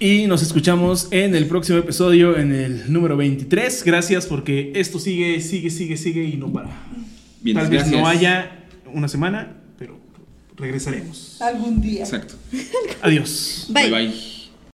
Speaker 2: y nos escuchamos en el próximo episodio, en el número 23. Gracias porque esto sigue, sigue, sigue, sigue y no para.
Speaker 4: Bien,
Speaker 2: Tal vez
Speaker 4: gracias.
Speaker 2: no haya una semana, pero regresaremos.
Speaker 3: Algún día.
Speaker 4: Exacto.
Speaker 2: Adiós.
Speaker 5: Bye.
Speaker 4: bye. bye.